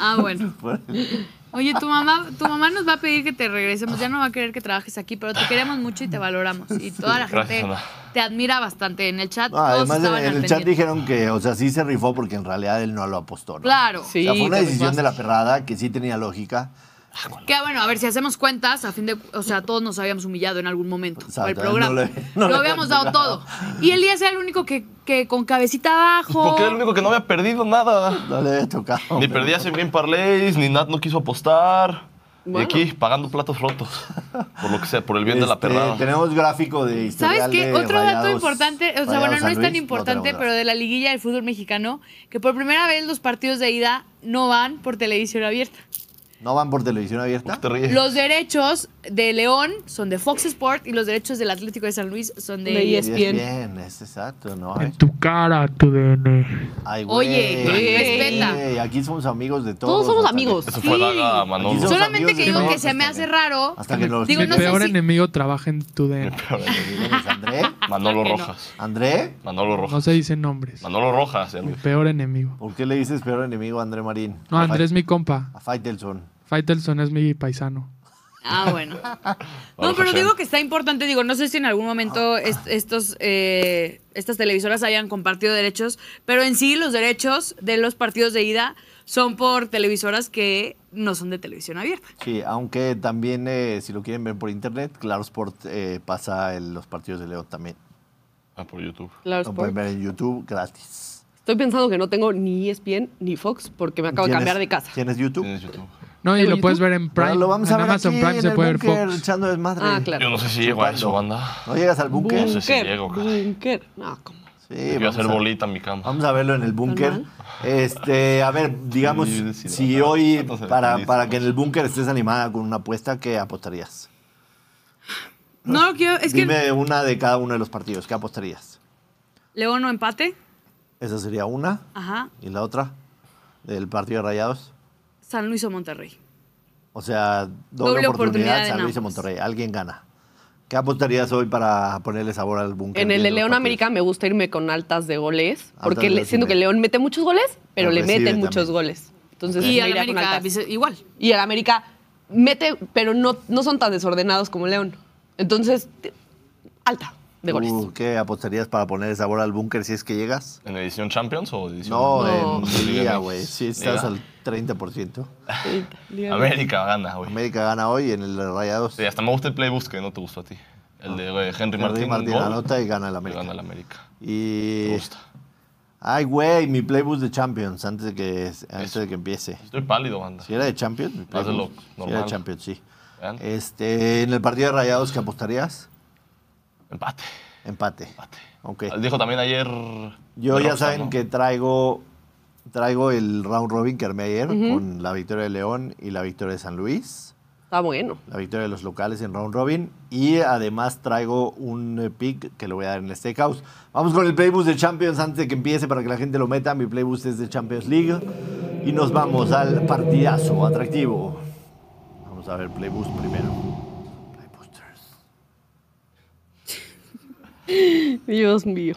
[SPEAKER 3] Ah, bueno.
[SPEAKER 1] Pues.
[SPEAKER 3] Oye, tu mamá, tu mamá nos va a pedir que te regresemos. Ya no va a querer que trabajes aquí, pero te queremos mucho y te valoramos. Y toda la
[SPEAKER 2] Gracias,
[SPEAKER 3] gente
[SPEAKER 2] Ana.
[SPEAKER 3] te admira bastante en el chat.
[SPEAKER 1] No,
[SPEAKER 3] todos
[SPEAKER 1] Ah, además, en,
[SPEAKER 3] estaban
[SPEAKER 1] en
[SPEAKER 3] al
[SPEAKER 1] el chat
[SPEAKER 3] pendiente.
[SPEAKER 1] dijeron que, o sea, sí se rifó porque en realidad él no lo apostó. ¿no?
[SPEAKER 3] Claro.
[SPEAKER 1] O
[SPEAKER 9] Sí,
[SPEAKER 1] sea, fue una
[SPEAKER 9] te
[SPEAKER 1] decisión
[SPEAKER 9] rifaste.
[SPEAKER 1] de la perrada que sí tenía lógica.
[SPEAKER 3] Que bueno, a ver si hacemos cuentas, a fin de, o sea, todos nos habíamos humillado en algún momento
[SPEAKER 1] Exacto,
[SPEAKER 3] para el
[SPEAKER 1] no
[SPEAKER 3] programa.
[SPEAKER 1] le- no
[SPEAKER 3] lo
[SPEAKER 1] le
[SPEAKER 3] habíamos
[SPEAKER 1] habíamos
[SPEAKER 3] dado
[SPEAKER 1] dado.
[SPEAKER 3] todo. Y Elías era el único que, que con cabecita abajo.
[SPEAKER 2] Porque era el único que no había perdido nada.
[SPEAKER 1] No le había tocado.
[SPEAKER 2] Ni
[SPEAKER 1] pero-
[SPEAKER 2] perdí hace bien parlays, ni Nat no quiso apostar.
[SPEAKER 4] Bueno.
[SPEAKER 2] Y aquí pagando platos rotos. Por lo que sea, por el bien de la
[SPEAKER 1] Este,
[SPEAKER 2] perrada.
[SPEAKER 1] Tenemos gráfico de historial
[SPEAKER 3] ¿Sabes qué?
[SPEAKER 1] de
[SPEAKER 3] Otro dato
[SPEAKER 1] Rayados-
[SPEAKER 3] importante, o sea,
[SPEAKER 1] Rayados
[SPEAKER 3] bueno, no
[SPEAKER 1] San
[SPEAKER 3] es
[SPEAKER 1] Luis,
[SPEAKER 3] tan
[SPEAKER 1] no
[SPEAKER 3] importante,
[SPEAKER 1] tenemos
[SPEAKER 3] pero de la liguilla del fútbol mexicano, que por primera vez los partidos de ida no van por televisión abierta.
[SPEAKER 1] gráfico. ¿No van por televisión
[SPEAKER 2] ¿Por
[SPEAKER 1] abierta?
[SPEAKER 2] qué te ríes?
[SPEAKER 3] Los derechos de León son de Fox Sport y los derechos del Atlético de San Luis son de, E
[SPEAKER 4] De
[SPEAKER 3] ESPN.
[SPEAKER 4] ESPN.
[SPEAKER 1] bien. es exacto, ¿no? Eh.
[SPEAKER 6] En tu cara, tu DN.
[SPEAKER 1] Ay, güey.
[SPEAKER 3] Oye,
[SPEAKER 1] Ay,
[SPEAKER 3] respeta.
[SPEAKER 1] güey, Aquí somos amigos de todos.
[SPEAKER 4] Todos somos
[SPEAKER 1] hasta
[SPEAKER 4] amigos.
[SPEAKER 1] que-
[SPEAKER 2] Eso fue
[SPEAKER 3] Sí.
[SPEAKER 2] daga a
[SPEAKER 1] Aquí
[SPEAKER 2] Manolo.
[SPEAKER 1] somos
[SPEAKER 3] Solamente
[SPEAKER 1] amigos
[SPEAKER 3] que
[SPEAKER 1] de
[SPEAKER 3] digo que
[SPEAKER 1] todos
[SPEAKER 3] se me
[SPEAKER 1] hasta
[SPEAKER 3] hace raro.
[SPEAKER 1] Hasta que los...
[SPEAKER 3] Digo,
[SPEAKER 6] Mi
[SPEAKER 3] no sé
[SPEAKER 6] peor
[SPEAKER 3] si-
[SPEAKER 6] enemigo trabaja en tu DN.
[SPEAKER 1] ¿André?
[SPEAKER 2] Manolo
[SPEAKER 3] que no.
[SPEAKER 2] Rojas.
[SPEAKER 1] ¿André?
[SPEAKER 2] Manolo
[SPEAKER 6] No
[SPEAKER 2] Rojas.
[SPEAKER 6] se dicen nombres.
[SPEAKER 2] Manolo Rojas, ya lo
[SPEAKER 6] Mi
[SPEAKER 2] dije.
[SPEAKER 6] peor enemigo.
[SPEAKER 1] ¿Por qué le dices peor enemigo a André Marín?
[SPEAKER 6] No,
[SPEAKER 1] A
[SPEAKER 6] Andrés es
[SPEAKER 1] Fa-
[SPEAKER 6] mi compa.
[SPEAKER 1] A Faitelson.
[SPEAKER 6] Faitelson es mi paisano.
[SPEAKER 3] Ah, bueno. No,
[SPEAKER 2] Baruch
[SPEAKER 3] pero
[SPEAKER 2] Hashem.
[SPEAKER 3] digo que está importante, digo, no sé si en algún momento est- estos, eh, estas televisoras hayan compartido derechos, pero en sí los derechos de los partidos de ida son por televisoras que no son de televisión abierta.
[SPEAKER 1] Sí, aunque también, eh, si lo quieren ver por internet, Claro Sport eh, pasa el- los partidos de León también.
[SPEAKER 2] Ah, por YouTube.
[SPEAKER 9] Claro, por-
[SPEAKER 1] Lo pueden ver en YouTube gratis.
[SPEAKER 4] Estoy pensando que no tengo ni E ESPN ni Fox porque me acabo de cambiar de casa.
[SPEAKER 1] ¿Tienes YouTube?
[SPEAKER 2] Tienes YouTube.
[SPEAKER 6] No, y
[SPEAKER 4] ¿En
[SPEAKER 6] lo puedes
[SPEAKER 4] YouTube?
[SPEAKER 6] ver en Prime.
[SPEAKER 1] Bueno, lo vamos a
[SPEAKER 6] en
[SPEAKER 1] ver
[SPEAKER 6] Amazon
[SPEAKER 1] aquí
[SPEAKER 6] Prime
[SPEAKER 1] en
[SPEAKER 6] se
[SPEAKER 1] el
[SPEAKER 6] puede ver
[SPEAKER 1] búnker,
[SPEAKER 6] Fox.
[SPEAKER 1] echando desmadre.
[SPEAKER 4] Ah, claro.
[SPEAKER 2] Yo no sé si llego a eso, banda.
[SPEAKER 1] ¿No llegas al búnker?
[SPEAKER 2] No sé si
[SPEAKER 4] Búnker,
[SPEAKER 2] llego, caray.
[SPEAKER 4] Búnker. No, ¿cómo?
[SPEAKER 1] Sí,
[SPEAKER 2] Quiero
[SPEAKER 1] vamos
[SPEAKER 2] hacer
[SPEAKER 1] a-
[SPEAKER 2] bolita en mi cama.
[SPEAKER 1] Vamos a verlo en el búnker. Este, a ver, digamos,
[SPEAKER 2] Sí, sí,
[SPEAKER 1] si
[SPEAKER 2] va.
[SPEAKER 1] hoy,
[SPEAKER 2] Entonces,
[SPEAKER 1] para,
[SPEAKER 2] sí,
[SPEAKER 1] para
[SPEAKER 2] sí.
[SPEAKER 1] que en el búnker estés animada con una apuesta, ¿qué apostarías?
[SPEAKER 3] No lo quiero. Es
[SPEAKER 1] Dime
[SPEAKER 3] que
[SPEAKER 1] una de cada uno de los partidos, ¿qué apostarías?
[SPEAKER 3] León no empate.
[SPEAKER 1] Esa sería una.
[SPEAKER 3] Ajá.
[SPEAKER 1] ¿Y la otra? Del partido de Rayados.
[SPEAKER 3] San Luis o Monterrey.
[SPEAKER 1] O sea, doble,
[SPEAKER 3] Doble
[SPEAKER 1] oportunidad,
[SPEAKER 3] oportunidad en
[SPEAKER 1] San Luis y
[SPEAKER 3] ambos.
[SPEAKER 1] Monterrey. Alguien gana. ¿Qué apostarías hoy para ponerle sabor al búnker?
[SPEAKER 4] En el de
[SPEAKER 1] los
[SPEAKER 4] León
[SPEAKER 1] partidos?
[SPEAKER 4] América me gusta irme con altas de goles,
[SPEAKER 1] Altas
[SPEAKER 4] porque
[SPEAKER 1] de
[SPEAKER 4] le-
[SPEAKER 1] goles,
[SPEAKER 4] siento
[SPEAKER 1] ok.
[SPEAKER 4] que León mete muchos goles, pero
[SPEAKER 1] Pero
[SPEAKER 4] le
[SPEAKER 1] recibe
[SPEAKER 4] meten
[SPEAKER 1] también.
[SPEAKER 4] muchos goles. Entonces,
[SPEAKER 3] Y
[SPEAKER 4] me
[SPEAKER 3] al
[SPEAKER 4] iría con
[SPEAKER 3] América
[SPEAKER 4] altas.
[SPEAKER 3] vice- igual.
[SPEAKER 4] Y el América mete, pero no, no son tan desordenados como León. Entonces, te- alta de goles.
[SPEAKER 1] Uh, ¿Qué apostarías para ponerle sabor al búnker si es que llegas?
[SPEAKER 2] ¿En edición Champions o edición?
[SPEAKER 1] No,
[SPEAKER 4] No.
[SPEAKER 1] en
[SPEAKER 2] Liga
[SPEAKER 1] Liga,
[SPEAKER 2] MX.
[SPEAKER 1] güey. Sí, estás
[SPEAKER 2] Liga.
[SPEAKER 1] al 30%.
[SPEAKER 2] América gana, güey.
[SPEAKER 1] América gana hoy en el Rayados.
[SPEAKER 2] Sí, hasta me gusta el playboost que no te gustó a ti. El de eh, Henry
[SPEAKER 1] Henry
[SPEAKER 2] Martín.
[SPEAKER 1] Martín
[SPEAKER 2] gol,
[SPEAKER 1] anota y gana el
[SPEAKER 2] y
[SPEAKER 1] América.
[SPEAKER 2] Gana el América. Me
[SPEAKER 1] Y.
[SPEAKER 2] gusta.
[SPEAKER 1] Ay, güey, mi playbook de Champions antes de que, antes
[SPEAKER 2] Eso.
[SPEAKER 1] de que empiece.
[SPEAKER 2] Estoy pálido, banda.
[SPEAKER 1] Si era de Champions, mi
[SPEAKER 2] Más de
[SPEAKER 1] playbook.
[SPEAKER 2] lo
[SPEAKER 1] Si era de
[SPEAKER 2] normal.
[SPEAKER 1] Champions, sí.
[SPEAKER 2] Vean.
[SPEAKER 1] Este, en el partido de Rayados, ¿qué apostarías?
[SPEAKER 2] Empate.
[SPEAKER 1] Empate.
[SPEAKER 2] Empate.
[SPEAKER 1] Ok.
[SPEAKER 2] Dijo también ayer.
[SPEAKER 1] Yo ya
[SPEAKER 2] Roxanne,
[SPEAKER 1] saben
[SPEAKER 2] ¿no?
[SPEAKER 1] que traigo traigo el round robin que armé ayer con la victoria de León y la victoria de San Luis,
[SPEAKER 4] Está bueno.
[SPEAKER 1] la victoria de los locales en round robin y además traigo un eh, pick que lo voy a dar en el Steakhouse. Vamos con el playboost de Champions antes de que empiece para que la gente lo meta. Mi playboost es de Champions League y nos vamos al partidazo atractivo. Vamos a ver playboost primero. Playboosters.
[SPEAKER 4] Dios mío.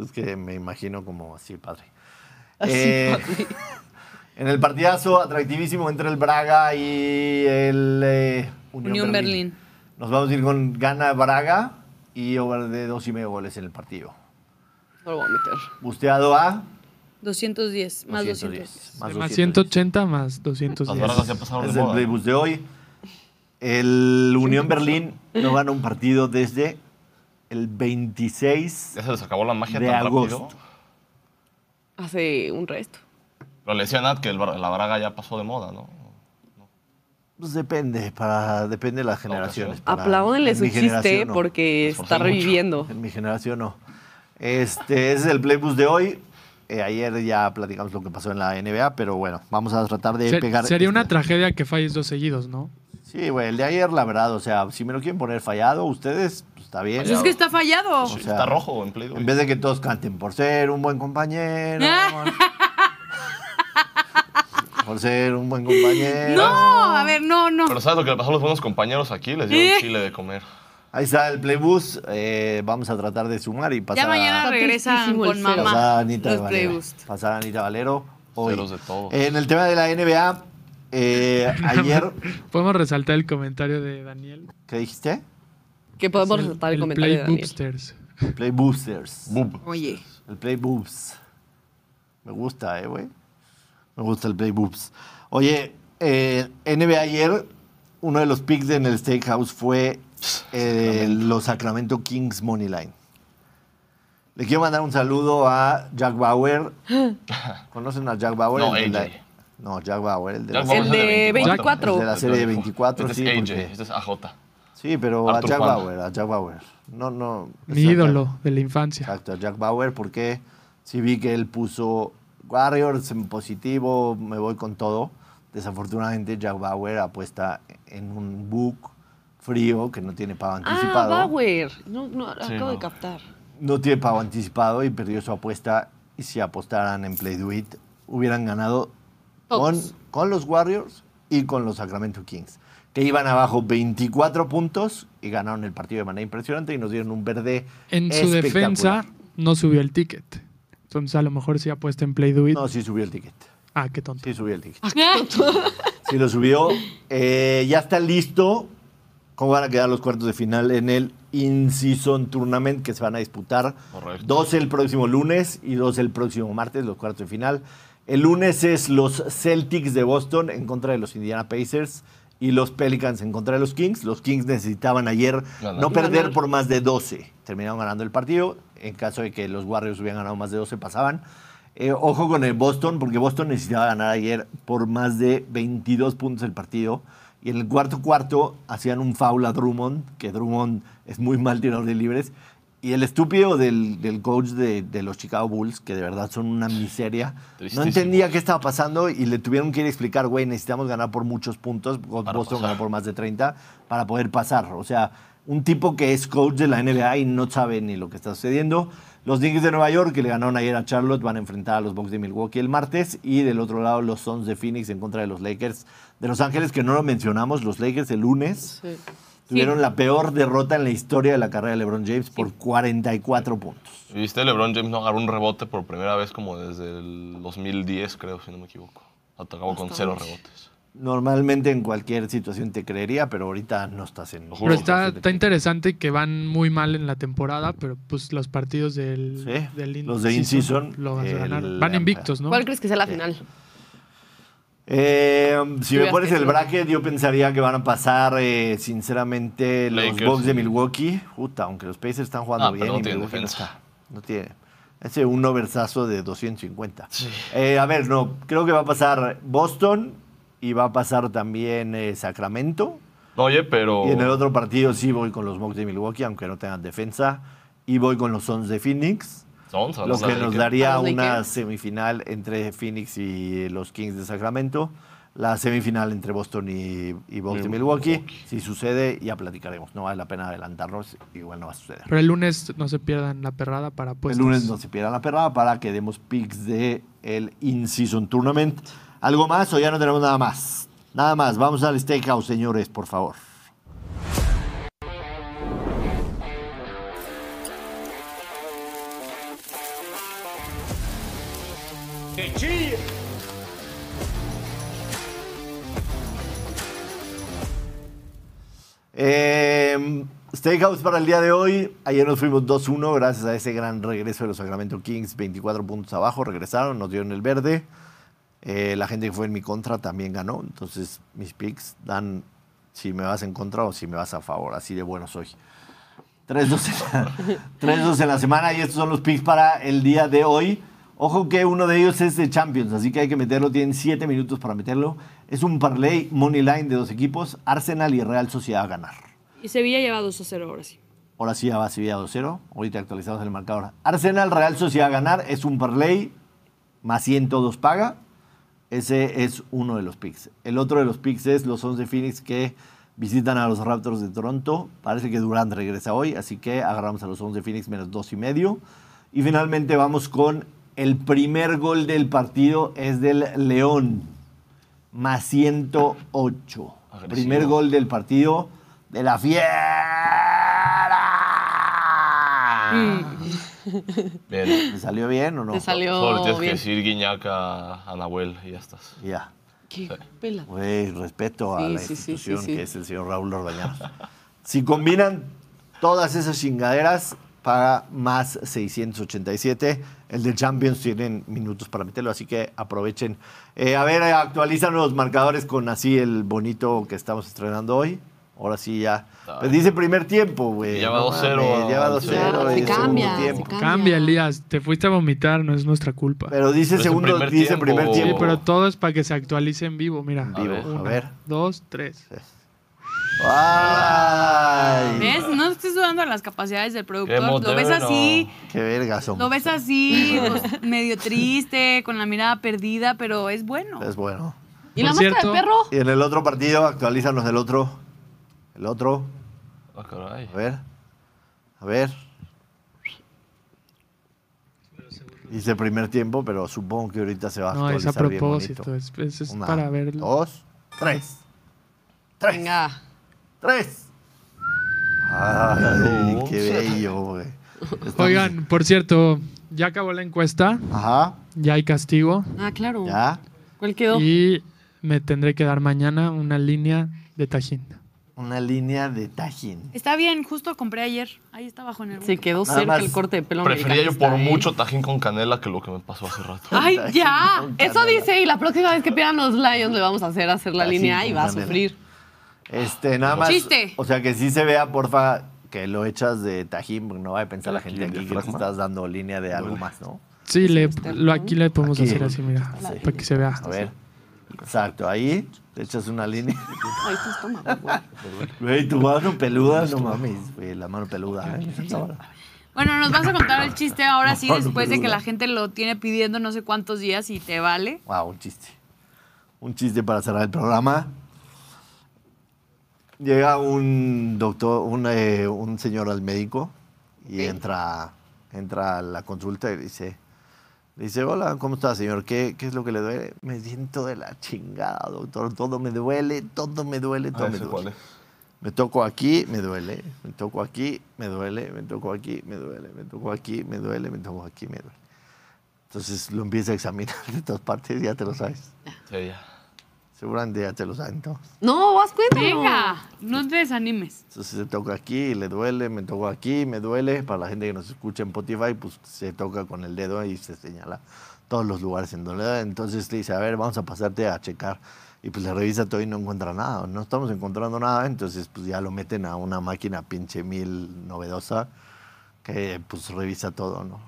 [SPEAKER 1] Es que me imagino como así, padre.
[SPEAKER 4] Así,
[SPEAKER 1] Eh, En el partidazo atractivísimo entre el Braga y el eh, Unión,
[SPEAKER 3] Unión
[SPEAKER 1] Berlín.
[SPEAKER 3] Berlín.
[SPEAKER 1] Nos vamos a ir con gana Braga y over de dos y medio goles en el partido.
[SPEAKER 4] No lo voy a meter.
[SPEAKER 1] Busteado a
[SPEAKER 3] 210, más 210.
[SPEAKER 1] 210.
[SPEAKER 6] Más
[SPEAKER 1] 210.
[SPEAKER 6] 180 más
[SPEAKER 2] Las
[SPEAKER 6] 210.
[SPEAKER 2] bragas ya pasaron
[SPEAKER 1] Es
[SPEAKER 2] de
[SPEAKER 1] el
[SPEAKER 2] moda.
[SPEAKER 1] playbus de hoy. El Unión Berlín no gana un partido desde el 26.
[SPEAKER 2] Ya se les acabó la magia
[SPEAKER 1] de
[SPEAKER 2] tan
[SPEAKER 1] agosto.
[SPEAKER 2] rápido.
[SPEAKER 4] Hace un resto.
[SPEAKER 2] Pero le decía a Nat que el Bra- la braga ya pasó de moda, ¿no?
[SPEAKER 1] Pues depende, para, depende de las generaciones. para-
[SPEAKER 4] Apláudenle
[SPEAKER 1] en
[SPEAKER 4] su
[SPEAKER 1] mi
[SPEAKER 4] chiste
[SPEAKER 1] generación no.
[SPEAKER 4] porque
[SPEAKER 2] esforcé
[SPEAKER 4] está
[SPEAKER 2] mucho.
[SPEAKER 4] reviviendo.
[SPEAKER 1] En mi generación no. Este ese es el playbus de hoy. Eh, ayer ya platicamos lo que pasó en la NBA, pero bueno, vamos a tratar de
[SPEAKER 6] Se-
[SPEAKER 1] pegar.
[SPEAKER 6] sería una
[SPEAKER 1] este.
[SPEAKER 6] tragedia que falles dos seguidos, ¿no?
[SPEAKER 1] Sí, güey, el de ayer, la verdad, o sea, si me lo quieren poner fallado, ustedes, pues, está bien.
[SPEAKER 3] Pues es que está fallado.
[SPEAKER 2] Sí,
[SPEAKER 1] sea,
[SPEAKER 2] está rojo en Play Doh.
[SPEAKER 1] En vez de que todos canten por ser un buen compañero.
[SPEAKER 3] Ah.
[SPEAKER 1] por ser un buen compañero.
[SPEAKER 3] No, a ver, no, no.
[SPEAKER 2] Pero ¿sabes lo que le pasó a los buenos compañeros aquí? Les dio
[SPEAKER 3] ¿Eh?
[SPEAKER 2] un chile de comer.
[SPEAKER 1] Ahí está el playbus. eh, vamos a tratar de sumar y pasar
[SPEAKER 3] Ya mañana
[SPEAKER 1] a.
[SPEAKER 4] Está
[SPEAKER 3] regresan
[SPEAKER 4] tristísimo el
[SPEAKER 3] con
[SPEAKER 4] cero.
[SPEAKER 1] pasar a
[SPEAKER 3] mamá
[SPEAKER 1] Anita
[SPEAKER 3] los
[SPEAKER 1] Valero.
[SPEAKER 3] playboost.
[SPEAKER 1] Pasar a Anita Valero. Hoy.
[SPEAKER 2] Ceros de todo.
[SPEAKER 1] En el tema de la NBA, eh, ayer.
[SPEAKER 6] Podemos resaltar el comentario de Daniel.
[SPEAKER 1] ¿Qué dijiste?
[SPEAKER 4] Que podemos resaltar el,
[SPEAKER 6] el
[SPEAKER 4] comentario de
[SPEAKER 6] Play
[SPEAKER 4] Daniel.
[SPEAKER 6] Boopsters.
[SPEAKER 1] Play Boosters.
[SPEAKER 2] Bub.
[SPEAKER 3] Oye.
[SPEAKER 1] El Play Boobs. Me gusta, eh, güey. Me gusta el Play Boobs. Oye, eh, NBA ayer, uno de los picks en el Steakhouse fue eh, los Sacramento Kings Money Line. Le quiero mandar un saludo a Jack Bauer. ¿Conocen a Jack Bauer?
[SPEAKER 2] No,
[SPEAKER 1] El de
[SPEAKER 2] AJ.
[SPEAKER 1] la- no, Jack Bauer, el de la
[SPEAKER 2] Jack
[SPEAKER 1] serie-
[SPEAKER 2] Bauer es
[SPEAKER 4] El de 24.
[SPEAKER 1] el de la serie de 24,
[SPEAKER 2] Este
[SPEAKER 1] sí.
[SPEAKER 2] es AJ,
[SPEAKER 1] porque-
[SPEAKER 2] este es AJ.
[SPEAKER 1] sí, pero a
[SPEAKER 2] Arthur
[SPEAKER 1] Jack
[SPEAKER 2] Juan.
[SPEAKER 1] Bauer, a Jack Bauer. No, no.
[SPEAKER 6] Mi
[SPEAKER 1] exacto.
[SPEAKER 6] ídolo de la infancia.
[SPEAKER 1] Exacto, Jack Bauer, porque sí vi que él puso Warriors en positivo, me voy con todo. Desafortunadamente, Jack Bauer apuesta en un book frío que no tiene pago
[SPEAKER 4] Ah,
[SPEAKER 1] anticipado.
[SPEAKER 4] Bauer. No, no, acabo
[SPEAKER 2] no.
[SPEAKER 4] de captar.
[SPEAKER 1] no tiene pago anticipado y perdió su apuesta. Y si apostaran en Play Do It, hubieran ganado con,
[SPEAKER 4] Todos.
[SPEAKER 1] con los Warriors y con los Sacramento Kings, que iban abajo 24 puntos y ganaron el partido de manera impresionante y nos dieron un verde.
[SPEAKER 6] En su
[SPEAKER 1] espectacular.
[SPEAKER 6] defensa, no subió el ticket. Entonces, a lo mejor sí apuesta en Play Do It.
[SPEAKER 1] No, sí subió el ticket.
[SPEAKER 6] Ah, qué tonto.
[SPEAKER 1] Sí subió el ticket. Sí lo subió. Eh, ya está listo. ¿Cómo van a quedar los cuartos de final en el In-Season Tournament que se van a disputar?
[SPEAKER 2] Correcto.
[SPEAKER 1] Dos el próximo lunes y dos el próximo martes, los cuartos de final. El lunes es los Celtics de Boston en contra de los Indiana Pacers y los Pelicans en contra de los Kings. Los Kings necesitaban ayer
[SPEAKER 2] Ganar.
[SPEAKER 1] no perder por más de 12. Terminaron ganando el partido. En caso de que los Warriors hubieran ganado más de 12, pasaban. Eh, ojo con el Boston, porque Boston necesitaba ganar ayer por más de 22 puntos el partido. Y en el cuarto cuarto hacían un foul a Drummond, que Drummond es muy mal tirador de libres. Y el estúpido del, del coach de, de los Chicago Bulls, que de verdad son una miseria, no
[SPEAKER 2] Tristísimo.
[SPEAKER 1] entendía qué estaba pasando y le tuvieron que ir a explicar, güey, necesitamos ganar por muchos puntos,
[SPEAKER 2] Para
[SPEAKER 1] Boston
[SPEAKER 2] pasar.
[SPEAKER 1] ganó por más de 30, para poder pasar. O sea, un tipo que es coach de la NBA y no sabe ni lo que está sucediendo. Los Knicks de Nueva York, que le ganaron ayer a Charlotte, van a enfrentar a los Bucks de Milwaukee el martes. Y del otro lado, los Suns de Phoenix en contra de los Lakers de Los Ángeles, que no lo mencionamos. Los Lakers el lunes tuvieron la peor derrota en la historia de la carrera de LeBron James por 44 puntos.
[SPEAKER 2] ¿Viste? este LeBron James no agarró un rebote por primera vez como desde el 2010, creo, si no me equivoco. Acabó con cero rebotes.
[SPEAKER 1] Normalmente en cualquier situación te creería, pero ahorita no estás en...
[SPEAKER 2] Pero
[SPEAKER 6] Pero está, está interesante que van muy mal en la temporada, pero pues los partidos del,
[SPEAKER 1] Sí,
[SPEAKER 6] del
[SPEAKER 1] los de in-season,
[SPEAKER 6] lo van a ganar.
[SPEAKER 1] el-
[SPEAKER 6] Van invictos, ¿no?
[SPEAKER 4] ¿Cuál crees que sea la final?
[SPEAKER 1] Eh, si me
[SPEAKER 4] Tuvieras
[SPEAKER 1] pones
[SPEAKER 4] que
[SPEAKER 1] el
[SPEAKER 4] decir.
[SPEAKER 1] bracket, yo pensaría que van a pasar, eh, sinceramente, los
[SPEAKER 2] Lakers.
[SPEAKER 1] Bucks de Milwaukee. Puta, aunque los Pacers están jugando
[SPEAKER 2] Ah, pero
[SPEAKER 1] bien.
[SPEAKER 2] no
[SPEAKER 1] y
[SPEAKER 2] tienen
[SPEAKER 1] Milwaukee
[SPEAKER 2] defensa.
[SPEAKER 1] No, está. No tiene. Ese un oversazo de 250. Eh, a ver, no, creo que va a pasar Boston y va a pasar también eh, Sacramento.
[SPEAKER 2] No, oye, pero.
[SPEAKER 1] Y en el otro partido sí voy con los Bucks de Milwaukee, aunque no tengan defensa. Y voy con los Suns de Phoenix.
[SPEAKER 2] Suns, a
[SPEAKER 1] Lo
[SPEAKER 2] los
[SPEAKER 1] que nos
[SPEAKER 2] Lakers.
[SPEAKER 1] daría
[SPEAKER 4] A los
[SPEAKER 1] una
[SPEAKER 4] Lakers.
[SPEAKER 1] semifinal entre Phoenix y los Kings de Sacramento. La semifinal entre Boston y, y Bucks de Milwaukee. Si sucede, ya platicaremos. No vale la pena adelantarnos. Igual no va a suceder.
[SPEAKER 6] Pero el lunes no se pierdan la perrada para pues
[SPEAKER 1] el lunes no se pierda la perrada para que demos picks de el in-season tournament. ¿Algo más o ya no tenemos nada más? Nada más. Vamos al steakhouse, señores, por favor. Eh, Steakhouse para el día de hoy. Ayer nos fuimos 2-1 gracias a ese gran regreso de los Sacramento Kings. 24 puntos abajo, regresaron, nos dieron el verde. Eh, la gente que fue en mi contra también ganó. Entonces mis picks dan si me vas en contra o si me vas a favor. Así de bueno soy. 3-2 en, la- 3-2 en la semana y estos son los picks para el día de hoy. Ojo que uno de ellos es de Champions, así que hay que meterlo. Tienen 7 minutos para meterlo. Es un parlay money line de dos equipos, Arsenal y Real Sociedad a ganar.
[SPEAKER 3] Y Sevilla lleva 2 a 0 ahora sí.
[SPEAKER 1] Ahora sí ya va Sevilla 2-0. Ahorita actualizamos el marcador. Arsenal Real Sociedad a ganar es un parlay más 102 paga. Ese es uno de los picks. El otro de los picks es los 11 Phoenix que visitan a los Raptors de Toronto. Parece que Durant regresa hoy, así que agarramos a los 11 Phoenix menos dos y medio. Y finalmente vamos con el primer gol del partido es del León más 108.
[SPEAKER 2] Agresivo.
[SPEAKER 1] Primer gol del partido de la fiera.
[SPEAKER 2] Bien.
[SPEAKER 1] ¿Te salió bien o no?
[SPEAKER 4] Te
[SPEAKER 2] Solo le
[SPEAKER 4] salió
[SPEAKER 2] tienes que
[SPEAKER 4] bien.
[SPEAKER 2] decir Guiñaca a Nahuel y ya estás.
[SPEAKER 1] Ya.
[SPEAKER 4] Qué pela.
[SPEAKER 1] Güey, respeto a
[SPEAKER 4] Sí,
[SPEAKER 1] la
[SPEAKER 4] sí, sí, sí,
[SPEAKER 1] institución
[SPEAKER 4] sí.
[SPEAKER 1] que es el señor Raúl Orbañanos. si combinan todas esas chingaderas, paga más 687. El de Champions tienen minutos para meterlo, así que aprovechen. Eh, a ver, eh, actualizan los marcadores con así el bonito que estamos estrenando hoy. Ahora sí ya. Pues dice primer tiempo, güey.
[SPEAKER 2] Ya va 2-0
[SPEAKER 1] mames, Ya va
[SPEAKER 2] al
[SPEAKER 1] 2-0.
[SPEAKER 4] se
[SPEAKER 1] y segundo
[SPEAKER 4] cambia, se
[SPEAKER 1] tiempo.
[SPEAKER 4] cambia.
[SPEAKER 6] Cambia, Elías. Te fuiste a vomitar, no es nuestra culpa.
[SPEAKER 1] Pero dice
[SPEAKER 2] Pero es el
[SPEAKER 1] segundo,
[SPEAKER 2] primer
[SPEAKER 1] dice
[SPEAKER 2] tiempo.
[SPEAKER 1] primer
[SPEAKER 6] Sí,
[SPEAKER 1] tiempo.
[SPEAKER 6] pero todo es para que se actualice en vivo, mira.
[SPEAKER 1] En vivo, a
[SPEAKER 6] Uno,
[SPEAKER 1] ver.
[SPEAKER 6] Dos, tres.
[SPEAKER 1] ¡Ay!
[SPEAKER 3] ¿Ves? No estés dudando de las capacidades del
[SPEAKER 2] Qué
[SPEAKER 3] productor. Lo ves
[SPEAKER 2] moderno.
[SPEAKER 3] así,
[SPEAKER 1] ¡Qué verga somos.
[SPEAKER 3] lo ves así, pues, medio triste, con la mirada perdida, pero es bueno.
[SPEAKER 1] Es bueno.
[SPEAKER 9] ¿Y
[SPEAKER 6] Por
[SPEAKER 9] la máscara
[SPEAKER 6] cierto-
[SPEAKER 9] de perro?
[SPEAKER 1] Y en el otro partido, actualízanos del otro. El otro.
[SPEAKER 2] Ah, caray.
[SPEAKER 1] A ver. A ver. Hice primer tiempo, pero supongo que ahorita se va a
[SPEAKER 6] No, es
[SPEAKER 1] actualizar
[SPEAKER 6] a
[SPEAKER 1] bien
[SPEAKER 6] propósito.
[SPEAKER 1] bonito.
[SPEAKER 6] Es, es- es
[SPEAKER 1] Una,
[SPEAKER 6] para ver.
[SPEAKER 1] Dos, tres. Tres.
[SPEAKER 4] Venga.
[SPEAKER 1] Tres. Ay, qué bello, güey. Estamos-
[SPEAKER 6] Oigan, por cierto, ya acabó la encuesta,
[SPEAKER 1] Ajá,
[SPEAKER 6] ya hay castigo
[SPEAKER 4] Ah, claro.
[SPEAKER 1] ya.
[SPEAKER 4] ¿Cuál quedó?
[SPEAKER 6] y me tendré que dar mañana una línea de tajín.
[SPEAKER 1] Una línea de tajín.
[SPEAKER 3] Está bien, justo compré ayer. Ahí está abajo en el.
[SPEAKER 4] Se quedó
[SPEAKER 1] Nada
[SPEAKER 4] cerca
[SPEAKER 1] más.
[SPEAKER 4] el corte de pelo
[SPEAKER 2] Prefería yo
[SPEAKER 4] americanista,
[SPEAKER 2] por
[SPEAKER 4] ¿eh?
[SPEAKER 2] mucho tajín con canela que lo que me pasó hace rato.
[SPEAKER 4] ¡Ay, ya!
[SPEAKER 1] Con
[SPEAKER 4] Eso
[SPEAKER 1] canela.
[SPEAKER 4] dice, y la próxima vez que pierdan los Lions le vamos a hacer hacer la
[SPEAKER 1] Así,
[SPEAKER 4] línea y
[SPEAKER 1] con
[SPEAKER 4] va a
[SPEAKER 1] canela.
[SPEAKER 4] sufrir.
[SPEAKER 1] Este, nada más.
[SPEAKER 3] Chiste.
[SPEAKER 1] O sea, que sí se vea, porfa, que lo echas de tajín, porque no va a pensar la gente aquí que te estás dando línea de algo más, ¿no?
[SPEAKER 6] Sí, le, lo, aquí le podemos
[SPEAKER 1] Aquí.
[SPEAKER 6] hacer así, mira,
[SPEAKER 1] Ah, Sí.
[SPEAKER 6] para que se vea.
[SPEAKER 1] A ver. Exacto, ahí te echas una línea.
[SPEAKER 9] Ay,
[SPEAKER 4] este
[SPEAKER 9] tu estómago,
[SPEAKER 4] Pues
[SPEAKER 9] güey.
[SPEAKER 1] Güey, tu mano peluda, no mames, güey, la mano peluda. ¿eh?
[SPEAKER 3] Bueno, nos vas a contar el chiste ahora sí,
[SPEAKER 1] No, no
[SPEAKER 3] después de que
[SPEAKER 1] duda.
[SPEAKER 3] la gente lo tiene pidiendo no sé cuántos días y te vale.
[SPEAKER 1] Wow, Ah, un chiste. Un chiste para cerrar el programa. Llega un doctor, un, eh, un señor al médico y entra, entra a la consulta y dice, dice, hola, ¿cómo está, señor? ¿Qué, ¿Qué es lo que le duele? Me siento de la chingada, doctor. Todo me duele, todo me duele, todo
[SPEAKER 2] Ah,
[SPEAKER 1] me
[SPEAKER 2] ese cuál
[SPEAKER 1] duele.
[SPEAKER 2] es.
[SPEAKER 1] Me toco aquí, me duele. Me toco aquí, me duele. Me toco aquí, me duele. Me toco aquí, me duele. Me toco aquí, me duele. Entonces lo empieza a examinar de todas partes, ya te lo sabes.
[SPEAKER 2] Sí, ya.
[SPEAKER 1] Seguramente ya te lo saben todos.
[SPEAKER 4] No, vas, cuéntanos.
[SPEAKER 3] Venga, no te desanimes.
[SPEAKER 1] Entonces se toca aquí, le duele, me toco aquí, me duele. Para la gente que nos escucha en Spotify, pues se toca con el dedo y se señala todos los lugares en donde le duele. Entonces le dice, a ver, vamos a pasarte a checar. Y pues le revisa todo y no encuentra nada. No estamos encontrando nada. Entonces pues ya lo meten a una máquina pinche mil novedosa que pues revisa todo, ¿no?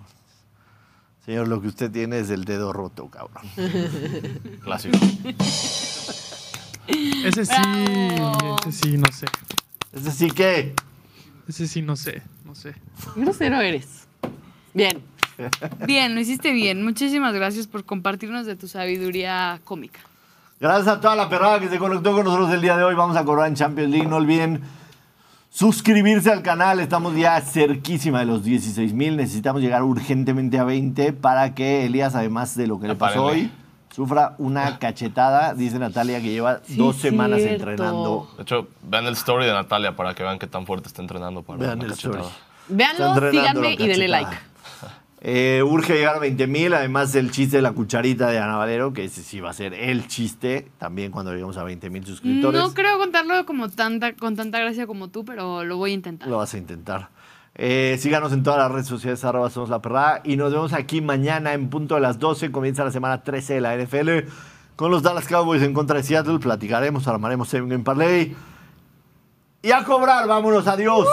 [SPEAKER 1] Señor, lo que usted tiene es el dedo roto, cabrón.
[SPEAKER 2] Clásico.
[SPEAKER 6] Ese sí, ese sí, no sé.
[SPEAKER 1] Es decir que...
[SPEAKER 6] Ese sí, no sé, no sé.
[SPEAKER 9] Grosero eres. Bien.
[SPEAKER 3] Bien, lo hiciste bien. Muchísimas gracias por compartirnos de tu sabiduría cómica.
[SPEAKER 1] Gracias a toda la perrada que se conectó con nosotros el día de hoy. Vamos a correr en Champions League. No olviden suscribirse al canal. Estamos ya cerquísima de los 16 mil. Necesitamos llegar urgentemente a 20 para que Elías, además de lo que le pasó
[SPEAKER 2] Apárenle.
[SPEAKER 1] hoy, sufra una cachetada. Dice Natalia que lleva
[SPEAKER 9] Sí,
[SPEAKER 1] dos semanas
[SPEAKER 9] cierto.
[SPEAKER 1] entrenando.
[SPEAKER 2] De hecho, vean el story de Natalia para que vean qué tan fuerte está entrenando para
[SPEAKER 1] Vean
[SPEAKER 2] una
[SPEAKER 1] el
[SPEAKER 2] cachetada.
[SPEAKER 1] story.
[SPEAKER 9] Véanlo,
[SPEAKER 1] Está entrenando
[SPEAKER 9] síganme
[SPEAKER 1] la
[SPEAKER 9] y denle
[SPEAKER 1] cachetada.
[SPEAKER 9] like.
[SPEAKER 1] Eh, urge llegar a 20 mil, además el chiste de la cucharita de Ana Valero, que ese sí va a ser el chiste también cuando lleguemos a 20 mil suscriptores.
[SPEAKER 3] No creo contarlo como tanta, con tanta gracia como tú, pero lo voy a intentar.
[SPEAKER 1] Lo vas a intentar. Eh, síganos en todas las redes sociales, arroba somos la perrada. Y nos vemos aquí mañana en punto de las 12. Comienza la semana 13 de la NFL con los Dallas Cowboys en contra de Seattle. Platicaremos, armaremos en Game Parlay. Y a cobrar, vámonos, adiós.